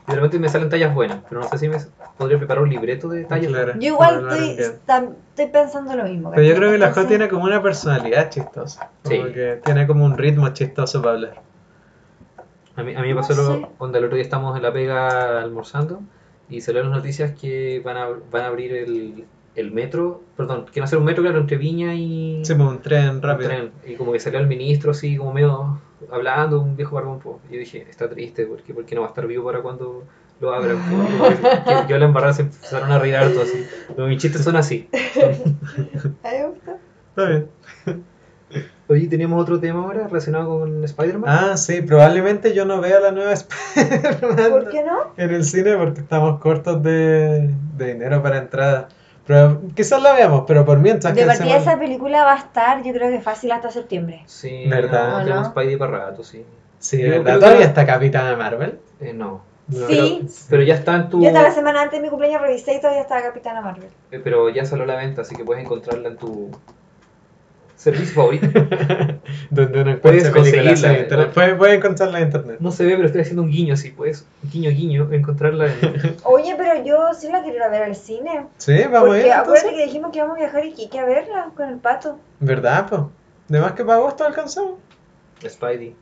A: y de repente me salen tallas buenas, pero no sé si me podría preparar un libreto de tallas.
B: Claro.
C: Yo igual
B: Hablaron
C: estoy,
B: bien.
C: tam- estoy pensando lo mismo.
B: Pero yo
C: ¿cachai?
B: creo que la Jo
C: Entonces,
B: tiene como una personalidad chistosa. Como
A: Sí.
B: que tiene como un ritmo chistoso para hablar.
A: A mí, a mí me pasó
C: No
A: lo,
C: sé.
A: cuando el otro día estamos en la pega almorzando y salieron las noticias que van a, van a abrir el, el metro, perdón, que no ser un metro, claro, entre Viña y
B: Sí, como un tren
A: un
B: rápido.
A: tren. Y como que salió el ministro así, como medio hablando, un viejo barbón. po. Y yo dije, está triste, porque, porque no va a estar vivo para cuando lo abran. po. Yo- yo la embarrada se empezaron a reír harto así. Pero mis chistes son así.
C: ¿a ti te gusta?
B: Está bien.
A: Oye, tenemos otro tema ahora relacionado con Spider-Man.
B: Ah, sí, probablemente yo no vea la nueva Spider-Man.
C: ¿Por qué no?
B: en el cine porque estamos cortos de, de dinero para entrada. Pero quizás la veamos, pero por mientras
C: De partida
B: cancemos-
C: esa película va a estar, yo creo que fácil hasta septiembre.
A: Sí,
B: ¿Verdad?
A: no, tenemos
C: ¿No?
A: Spidey para rato, sí.
B: Sí,
A: Yo
B: ¿verdad?
A: creo que-
B: Todavía está Capitana Marvel.
A: Eh, no.
B: No,
C: Sí.
A: Pero ya está en tu.
C: Yo hasta la semana antes de mi cumpleaños revisé y todavía estaba Capitana Marvel.
A: Eh, Pero ya salió a la venta, así que puedes encontrarla en tu servicio favorito.
B: Donde uno encuentra
A: Puedes
B: películas en
A: conseguirla,
B: internet.
A: ¿no?
B: Puedes, puedes encontrarla en internet.
A: No se ve, pero estoy haciendo un guiño, si puedes, guiño, guiño, encontrarla en...
C: Oye, pero yo sí la quiero ir a ver al cine.
B: Sí, vamos a ir.
C: Porque acuérdate
B: Ah, Entonces.
C: que dijimos que íbamos a viajar a Iquique a verla con el pato.
B: ¿Verdad, po? De más que para agosto alcanzamos.
A: Spidey.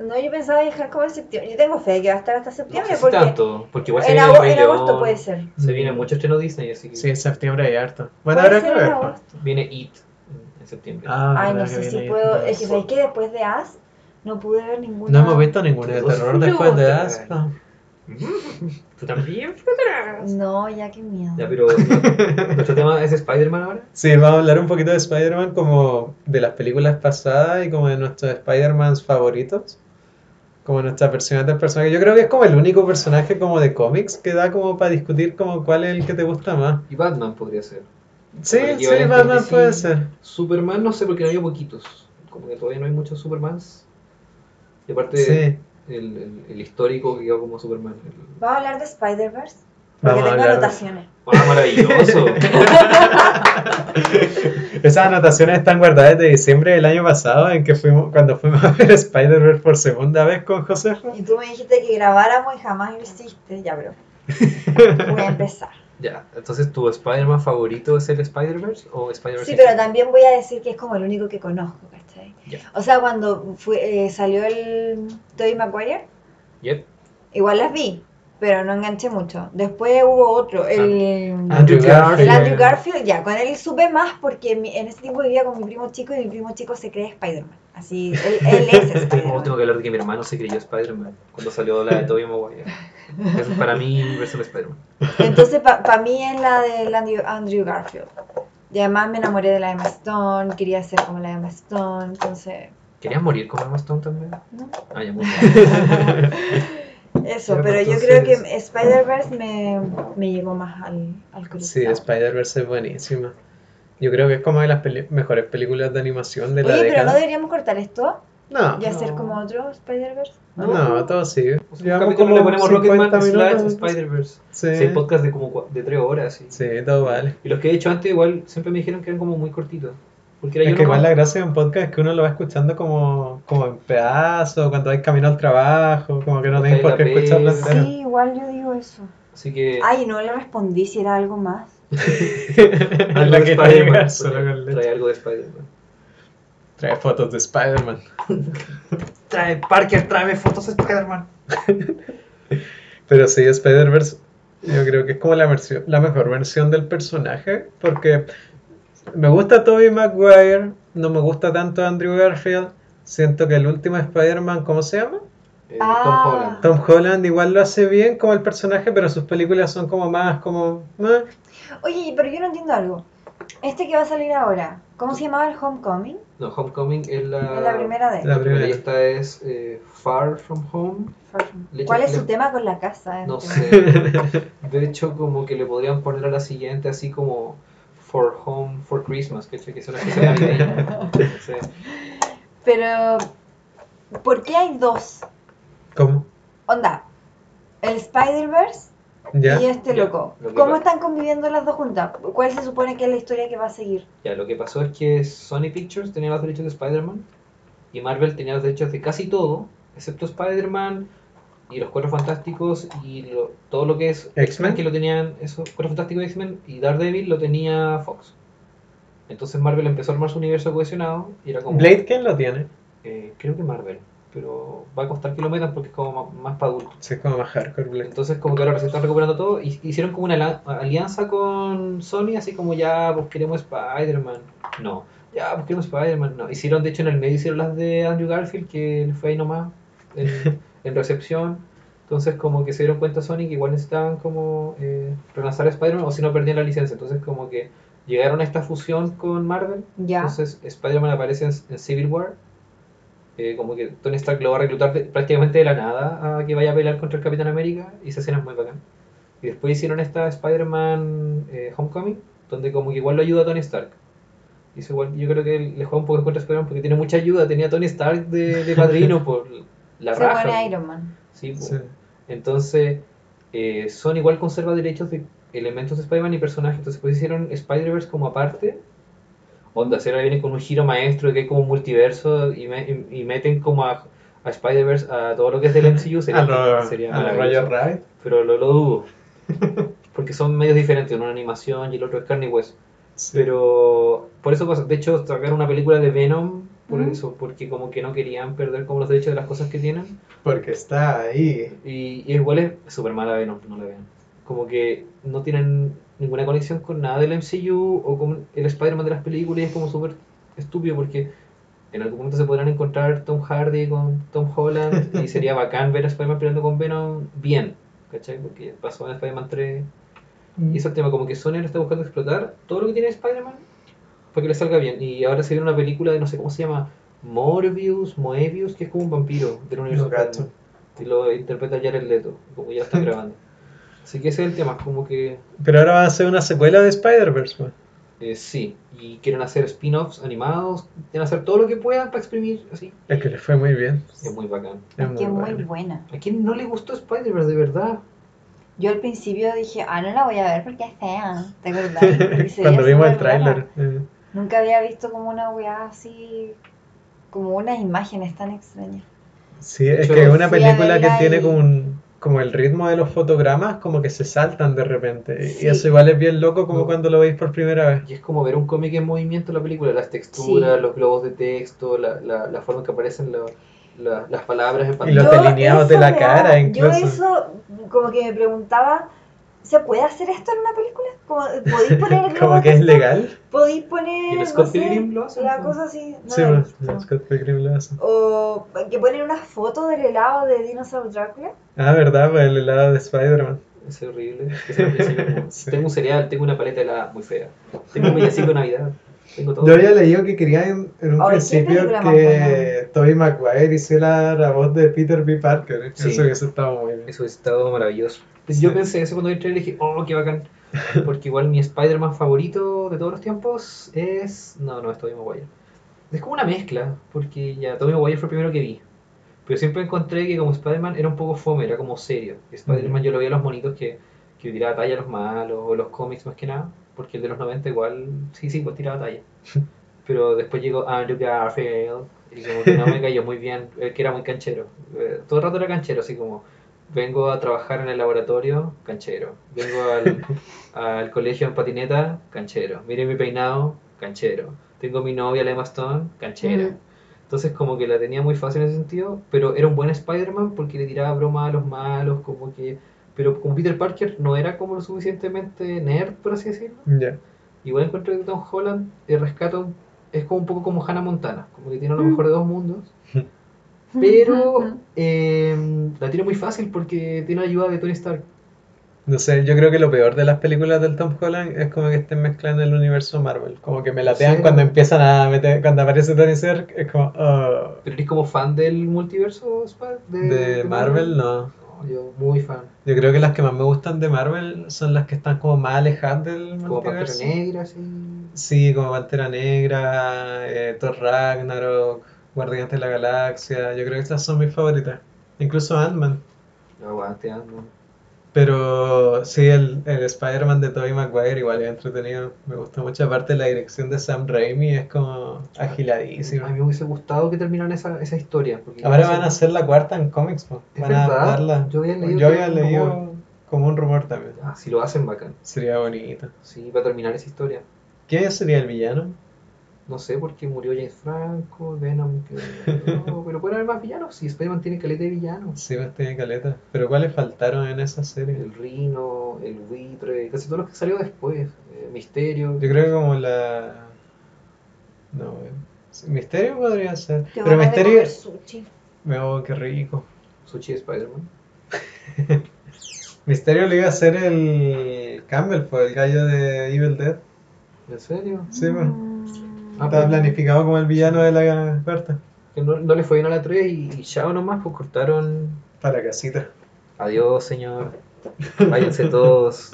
C: No, yo pensaba viajar como en septiembre. Yo tengo fe de que va a estar hasta
A: No
C: septiembre
A: sé si
C: porque
A: tanto, porque igual se
C: en,
A: viene el
C: ago-
A: Rey
C: en agosto
A: León,
C: puede ser.
A: Se viene mucho estreno Disney, así que
B: Sí, en septiembre hay harto. Bueno,
C: Puede
B: habrá que
C: ser en
B: ver. pues.
C: agosto.
A: viene It en- en septiembre.
B: Ah,
C: Ay,
B: verdad
C: no
B: que
C: sé si
B: viene
C: puedo.
B: ahí.
C: Es que sabéis que después de As no pude ver ninguna.
B: No hemos visto ninguna de
A: Los
B: terror después de
A: frutos.
B: As. no.
A: Tú también.
C: No, ya qué miedo.
A: Ya, pero ¿no? nuestro tema es Spider-Man ahora.
B: Sí, vamos a hablar un poquito de Spider-Man como de las películas pasadas y como de nuestros Spider-Mans favoritos. Como nuestras versiones del personaje. Yo creo que es como el único personaje como de cómics que da como para discutir como cuál es el que te gusta más.
A: Y Batman podría ser.
B: Sí,
A: Porque
B: sí,
A: equivalente
B: Batman
A: al DC.
B: puede ser.
A: Superman no sé porque no había poquitos. Como que todavía no hay muchos Supermans. Y aparte
B: Sí.
A: el, el- el histórico que quedó como Superman. El-
C: ¿Vamos a hablar de Spider-Verse? Porque
B: Vamos a
C: tengo
B: hablar de-
C: anotaciones.
A: ¡Ah, maravilloso!
B: Esas anotaciones están guardadas de diciembre del año pasado en que fuimos, cuando fuimos a ver Spider-Man por segunda vez con Josefa.
C: Y tú me dijiste que grabáramos y jamás lo hiciste. Ya, bro. Voy a empezar.
A: ya, entonces tu Spider-Man favorito es el Spider-Verse o Spider-Verse.
C: Sí, pero también voy a decir que es como el único que conozco, ¿cachai?
A: Ya.
C: O sea, cuando fue, eh, salió el Tobey Maguire,
A: Yep.
C: igual las vi, pero no enganché mucho. Después hubo otro, el...
B: Andrew
C: El
B: Garfield.
C: Andrew Garfield, ya, con él supe más porque mi- en ese tiempo vivía con mi primo chico y mi primo chico se cree Spider-Man. Así, él, él es
A: Tengo, tengo
C: Spider-Man.
A: que hablar de que mi hermano se creyó Spider-Man cuando salió la de Tobey Maguire. Eso es para mí mi versión de Spider-Man.
C: Entonces, para mí es la del Andrew, Andrew Garfield. Y además me enamoré de la Emma Stone, quería ser como la Emma Stone, entonces,
A: ¿Querías morir con Emma Stone también?
C: No.
A: Ah, ya, muy bien.
C: eso.
A: Ya,
C: pero yo
A: entonces-
C: creo que Spider-Verse me, me llegó más al, al corazón.
B: Sí, Spider-Verse es buenísima. Yo creo que es como de las peli- mejores películas de animación de la
C: Oye, pero no
B: década.
C: deberíamos cortar esto
B: No,
C: y hacer
A: No.
C: como otro Spider-Verse.
B: no, todo sigue.
A: O sea, un
B: Llevamos
A: capítulo
B: como
A: le ponemos
B: 50
A: Rocketman slash
B: minutos.
A: Spider-Verse.
B: Sí,
A: Sí, hay podcast de como cua- de tres horas. sí.
B: sí, todo vale.
A: Y los que he hecho antes igual siempre me dijeron que eran como muy cortitos. Porque era
B: Es
A: yo
B: que igual
A: nomás.
B: la gracia de un podcast es que uno lo va escuchando como, como en pedazos, cuando hay camino al trabajo, como que no
A: Cuando
B: tienes por
A: hay
B: qué
A: la
B: escucharlo
A: pega.
B: entero.
C: Sí, igual yo digo eso.
A: Así que
C: Ay, no le respondí si era algo más.
A: algo
B: la
A: de
B: que
A: Spider-Man,
B: llegar
A: porque
B: solo con leche.
A: trae algo de Spider-Man.
B: Trae fotos de Spider-Man.
A: Trae Parker, tráeme fotos de Spider-Man.
B: Pero sí, Spider-Verse, yo creo que es como la, versión, la mejor versión del personaje, porque me gusta Tobey Maguire, no me gusta tanto Andrew Garfield, siento que el último Spider-Man, ¿cómo se llama?
A: Eh,
C: Ah.
A: Tom Holland.
B: Tom Holland igual lo hace bien como el personaje, pero sus películas son como más como... ¿eh? meh.
C: Oye, pero yo no entiendo algo. Este que va a salir ahora, ¿cómo se llamaba el Homecoming?
A: No, Homecoming es la,
C: Es la primera de.
B: La
A: La primera.
B: primera.
A: Y esta es eh, Far From Home. Le-
C: ¿Cuál es
A: le-
C: su tema con la casa?
A: No
C: Este?
A: sé. De hecho, como que le podrían poner a la siguiente así como For Home for Christmas, que que es una cosa navideña. No sé.
C: Pero, ¿por qué hay dos?
B: ¿Cómo?
C: Onda, el Spider-Verse
B: ¿Ya?
C: y este
A: ya,
C: loco.
A: lo que
C: ¿Cómo
A: pasa.
C: están conviviendo las dos juntas? ¿Cuál se supone que es la historia que va a seguir?
A: Ya, lo que pasó es que Sony Pictures tenía los derechos de Spider-Man y Marvel tenía los derechos de casi todo, excepto Spider-Man y los Cuatro Fantásticos y lo- todo lo que es
B: X-Men.
A: que lo tenían esos Cuatro Fantásticos y X-Men y Daredevil lo tenía Fox. Entonces Marvel empezó a armar su universo cohesionado y era como
B: ¿Blade quién lo tiene?
A: eh, creo que Marvel, pero va a costar que lo metan porque es como ma- más para adultos.
B: Sí, es como más hardcore Blade.
A: Entonces como que ahora se están recuperando todo y hicieron como una ala- alianza con Sony, así como ya pues queremos Spider-Man. No, ya pues queremos Spider-Man. No, hicieron de hecho en el medio hicieron las de Andrew Garfield que le fue ahí nomás en, en recepción. Entonces como que se dieron cuenta Sony que igual necesitaban como eh, relanzar a Spider-Man o si no perdían la licencia. Entonces como que llegaron a esta fusión con Marvel
C: Ya.
A: entonces Spider-Man aparece en, en Civil War. eh, como que Tony Stark lo va a reclutar de- prácticamente de la nada a que vaya a pelear contra el Capitán América. Y esa escena es muy bacán. Y después hicieron esta Spider-Man eh, Homecoming, donde como que igual lo ayuda a Tony Stark. Y eso igual, yo creo que le juega un poco contra Spider-Man porque tiene mucha ayuda. Tenía a Tony Stark de, de padrino por la
C: se
A: raja.
C: pone Iron Man.
A: Sí, po.
B: Sí.
A: Entonces, eh, Sony igual conserva derechos de elementos de Spider-Man y personajes. Entonces, pues hicieron Spider-Verse como aparte. Onda Cero viene con un giro maestro que es como un multiverso y, me- y- y meten como a, a Spider-Verse a todo lo que es del MCU, sería,
B: a lo,
A: sería
B: a lo
A: maravilloso.
B: Roger Rabbit.
A: Pero lo, lo dudo. Porque son medios diferentes, uno es animación y el otro es carne y hueso.
B: Sí.
A: Pero por eso pasa. De hecho, sacaron una película de Venom por
C: Mm.
A: eso, porque como que no querían perder como los derechos de las cosas que tienen.
B: Porque está ahí.
A: Y, y igual es súper mala Venom, no la vean. Como que no tienen ninguna conexión con nada del MCU o con el Spider-Man de las películas y es como súper estúpido porque en algún momento se podrán encontrar Tom Hardy con Tom Holland y sería bacán ver a Spider-Man peleando con Venom bien, ¿cachai? Porque pasó en Spider-Man 3
C: Mm.
A: y ese es el tema, como que Sony ahora está buscando explotar todo lo que tiene Spider-Man para que le salga bien. Y ahora se viene una película de no sé cómo se llama, Morbius, Moebius, que es como un vampiro del universo
B: No cacho.
A: Spider-Man. Y lo interpreta Jared Leto, como ya lo están grabando. Así que ese es el tema, como que
B: Pero ahora va a ser una secuela de Spider-Verse. pues. man.
A: eh, sí. Y quieren hacer spin-offs animados, quieren hacer todo lo que puedan para exprimir así.
B: Es que le fue muy bien.
A: Es muy bacán.
B: Es
C: que es muy
B: bueno.
C: buena.
A: ¿A quién no le gustó Spider-Verse de verdad?
C: Yo al principio dije, ah, no la voy a ver porque es fea. ¿Te acordás? Porque se
B: Cuando
C: veía
B: vimos el
C: súper rara.
B: tráiler. eh,
C: Nunca había visto como una weá así, como unas imágenes tan extrañas.
B: Sí, es
A: hecho,
B: que es una
C: fui a
B: película que
C: verla
B: tiene
C: y-
B: como un- como el ritmo de los fotogramas, como que se saltan de repente. Y
C: Sí.
B: eso igual es bien loco como
A: No.
B: cuando lo veis por primera vez.
A: Y es como ver un cómic en movimiento la película, las texturas,
C: Sí.
A: los globos de texto, la, la, la forma en que aparecen la- la- las palabras en
B: Y
A: pantalla.
B: los
C: Yo
B: delineados de
C: esa
B: la
C: weá,
B: cara, incluso.
C: Yo eso, como que me preguntaba, ¿se puede hacer esto en una película? Como, ¿Podéis poner el
B: Como
C: globo
B: que es
C: texto?
B: legal.
C: ¿Podéis
A: Y
C: poner,
A: el
C: no
A: Scott
C: sé,
A: Pilgrim lo hace,
C: la
A: ¿no?
C: cosa así? No
B: Sí,
C: la he
B: bueno,
C: visto.
B: Scott Pilgrim lo hace.
C: O que ponen una foto del helado de Dinosaur Drácula.
B: Ah, verdad, pues el helado de Spider-Man.
A: Es horrible. Es al principio como,
B: Sí.
A: Tengo un cereal, tengo una paleta helada muy fea. Tengo un villancico de Navidad. Tengo todo.
B: Yo había leído que querían en un
C: Ay, ¿qué
B: principio
C: película más
B: que
C: buena?
B: Tobey Maguire hiciera la voz de Peter B. Parker.
A: Sí.
B: Eso hubiese estado muy bien.
A: Eso es estado maravilloso. Yo
B: Sí.
A: pensé eso cuando vi el trailer y dije, oh, qué bacán. Porque igual mi Spider-Man favorito de todos los tiempos es. No, no, es Tobey Maguire. Es como una mezcla, porque ya Tobey Maguire fue el primero que vi. Pero siempre encontré que como Spider-Man era un poco fome, era como serio. Spider-Man
B: Mm.
A: yo lo veía a los monitos que, que tiraba talla a los malos, o los cómics más que nada, porque el de los 90 igual, sí, sí, igual tiraba talla. Pero después llegó ah, Andrew Garfield, y como que no me cayó muy bien, eh, que era muy canchero. Eh, todo el rato era canchero, así como, vengo a trabajar en el laboratorio, canchero. Vengo al, al colegio en patineta, canchero. Mire mi peinado, canchero. Tengo mi novia, la Emma Stone, canchero.
C: Ujú.
A: Entonces como que la tenía muy fácil en ese sentido, pero era un buen Spider-Man porque le tiraba broma a los malos, como que... Pero como Peter Parker no era como lo suficientemente nerd, por así decirlo.
B: Ya.
A: Igual encuentro que Tom Holland el rescata, un- es como un poco como Hannah Montana, como que tiene lo
C: Mm.
A: mejor de dos mundos.
C: Ujú,
A: Pero
C: ujú.
A: eh, la tira muy fácil porque tiene la ayuda de Tony Stark.
B: No sé, yo creo que lo peor de las películas del Tom Holland es como que estén mezclando el universo Marvel. Como que me latean
A: Sí.
B: cuando empiezan a meter, cuando aparece Tony Stark, es como, oh,
A: ¿Pero eres como fan del multiverso Spar- de,
B: de Marvel, no.
A: No, yo muy fan.
B: Yo creo que las que más me gustan de Marvel son las que están como más alejadas del
A: Como Pantera
B: multiverso.
A: Negra, así.
B: Sí, como Pantera Negra, eh, Thor Ragnarok, Guardianes de la Galaxia. Yo creo que esas son mis favoritas. Incluso Ant-Man.
A: No, aguante, ando.
B: Pero sí, el, el Spider-Man de Tobey Maguire igual es entretenido. Me gusta mucho. Aparte, la dirección de Sam Raimi es como
A: A mí
B: agiladísima.
A: me hubiese gustado que terminaran esa, esa historia. Porque
B: Ahora van a hacer la cuarta en cómics, po.
A: ¿Es
B: Van a
A: verdad?
B: darla.
A: Yo había leído
B: Yo
A: que
B: había
A: era un
B: leído
A: rumor.
B: como un rumor también.
A: Ah, si lo hacen, bacán.
B: Sería bonito.
A: Sí, para terminar esa historia.
B: ¿Quién sería el villano?
A: No sé por qué murió James Franco, Venom. que- no, pero pueden haber más villanos. Si Spider-Man tiene caleta de villanos.
B: Sí, pues tiene caleta. Pero ¿cuáles faltaron en esa serie?
A: El Rino, el Buitre, casi todos los que salió después. Eh, Misterio.
B: Yo creo que como la. No, eh, sí, Misterio podría ser.
C: Qué
B: Pero
C: ganas de
B: Misterio.
C: comer sushi.
B: Me oh, qué rico.
A: Sushi de Spider-Man.
B: Misterio le iba a hacer el Campbell, fue el gallo de Evil Dead.
A: ¿En serio?
B: Sí, pues.
C: Mm.
A: Ah,
B: Estaba
A: pero-
B: planificado como el villano de la puerta.
A: Que no, no le fue bien a la 3 y ya nomás, pues cortaron.
B: Para casita.
A: Adiós, señor. Váyanse todos.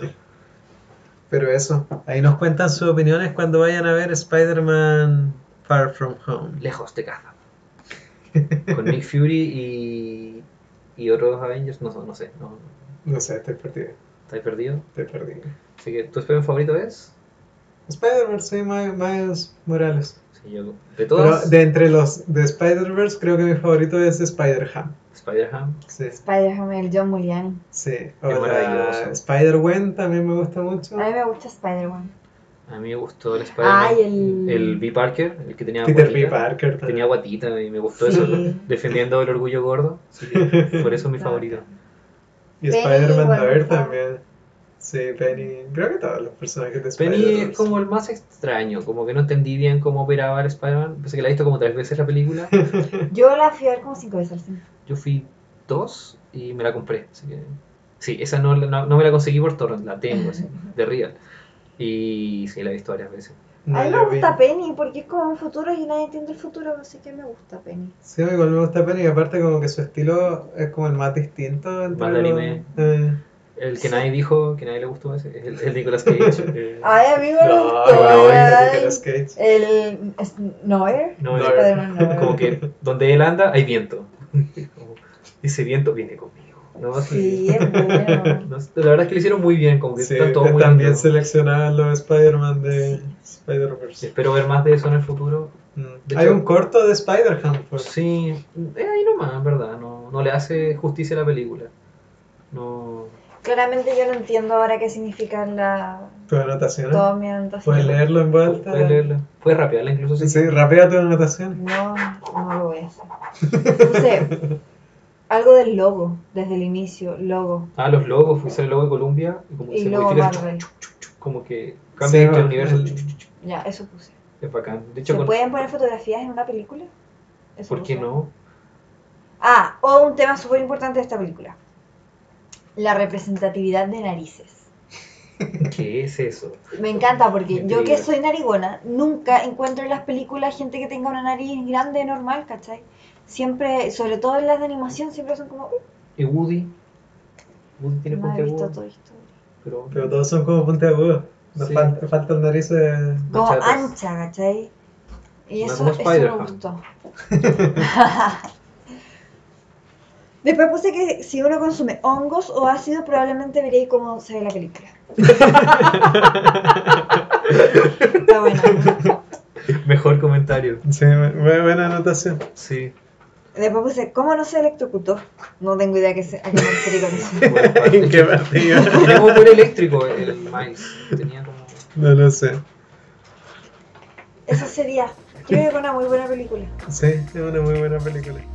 B: Pero eso. Ahí nos cuentan sus opiniones cuando vayan a ver Spider-Man Far From Home.
A: Lejos de casa. Con Nick Fury y, y otros Avengers, no, no sé, no,
B: No sé, estoy perdido.
A: estáis perdidos.
B: Estoy perdido.
A: Así que tu Spider-Man favorito es
B: Spider-Verse, sí, My- Miles Morales.
A: Sí, yo- de
B: Pero
A: todos,
B: de entre los de Spider-Verse, creo que mi favorito es Spider-Ham.
A: Spider-Ham.
B: Sí,
C: Spider-Man, el John Muliani.
B: sí. O
A: Es
B: la
A: maravilloso.
B: Spider-Gwen también me gusta mucho.
C: A mí me gusta Spider-Man.
A: A mí me gustó el Spider-Man.
C: Ay, el-
A: el B. Parker, el que tenía
B: Peter B.
A: guatita.
B: Parker
A: que Tenía
B: también.
A: guatita y me gustó
C: Sí.
A: eso, defendiendo el orgullo gordo. así que por eso es mi
C: No.
A: favorito.
B: Y
C: Penny
B: Spider-Man
C: igual,
B: Noir
C: ¿no?
B: también. Sí, Penny. Creo que todos los personajes de
A: Penny es
B: Spider-Verse.
A: como el más extraño, como que no entendí bien cómo operaba el Spider-Man. Pensé que la he visto como tres veces la película.
C: Yo la fui a ver como cinco veces al cine.
A: Yo fui dos y me la compré. Así que... Sí, esa no, la- no, no me la conseguí por torrent, la tengo, así, de real. Y sí, la he visto varias veces.
B: No,
C: a mí me
B: yo vi-
C: gusta Penny porque es como un futuro y nadie entiende el futuro, así que me gusta Penny.
B: Sí, igual me gusta Penny. Y aparte, como que su estilo es como el más distinto. Entre
A: Más de
B: los-
A: anime.
B: Eh,
A: El que nadie dijo, que nadie le gustó ese, es el, el Nicolas Cage. eh,
C: Ay, a mí me
B: No,
C: gustó.
B: no,
C: ay.
B: Nicolas Cage.
C: El es Noir.
A: no,
B: No,
A: es-
C: Spider-Man Noir.
A: como que donde él anda hay viento. Como, ese viento viene conmigo. ¿no? Así-
C: Sí, es bueno.
A: no sé, la verdad es que lo hicieron muy bien, como que
B: Sí, eh,
A: está todo muy
B: están bien
A: lindo.
B: seleccionados los Spider-Man de Spider-Verse.
A: Espero ver más de eso en el futuro.
B: Mm.
A: De
B: Hay
A: hecho-
B: un corto de Spider-Ham. pues.
A: Sí, es ahí nomás, en verdad. No, no le hace justicia a la película. No.
C: Claramente yo no entiendo ahora qué significan la...
B: Tus anotaciones.
C: todas mis anotaciones.
B: Puedes leerlo en vuelta.
A: Puedes leerla. Puedes rapearla incluso si
B: Sí, rapea tu anotación.
C: No, no lo voy a hacer. Entonces, algo del logo, desde el inicio, logo.
A: Ah, los logos, fuiste el logo de Colombia y como que
C: Y
A: se
C: luego
A: modifica,
C: Marvel.
A: como que cambia entre
B: va,
A: universos.
B: el-
C: Ya, eso puse.
A: Es bacán. De
C: ¿Se
A: hecho, con-
C: pueden poner fotografías en una película? Eso
A: ¿por qué
C: puse.
A: no?
C: Ah, o un tema súper importante de esta película. La representatividad de narices.
A: ¿Qué es eso?
C: Me encanta porque yo que
A: Increíble.
C: soy narigona, nunca encuentro en las películas gente que tenga una nariz grande, normal, ¿cachai? Siempre, sobre todo en las de animación, siempre son como... "Uy,
A: ¿Y Woody? Woody tiene
C: No
A: punta
C: he
A: de
C: visto
A: Woody,
C: todo esto.
A: pero,
B: Pero todos son como puntiagudos. Nos
A: Sí.
B: falta, faltan narices.
C: Como
A: Machates.
C: ancha, ¿cachai? Y
A: No
C: eso,
A: como
C: eso me
A: Spider-Man.
C: gustó. Después puse que si uno consume hongos o ácido, probablemente veréis cómo se ve la película. Está bueno.
A: Mejor comentario.
B: Sí, bu- buena anotación.
A: Sí.
C: Después puse, ¿cómo no se electrocutó? No tengo idea que se, a qué me referí con eso.
A: Bueno, aparte,
B: Qué partido.
A: Tenía como un vuelo eléctrico el maíz. Tenía como.
B: No lo sé.
C: Eso sería. Yo creo que una muy buena película.
B: Sí, es una muy buena película.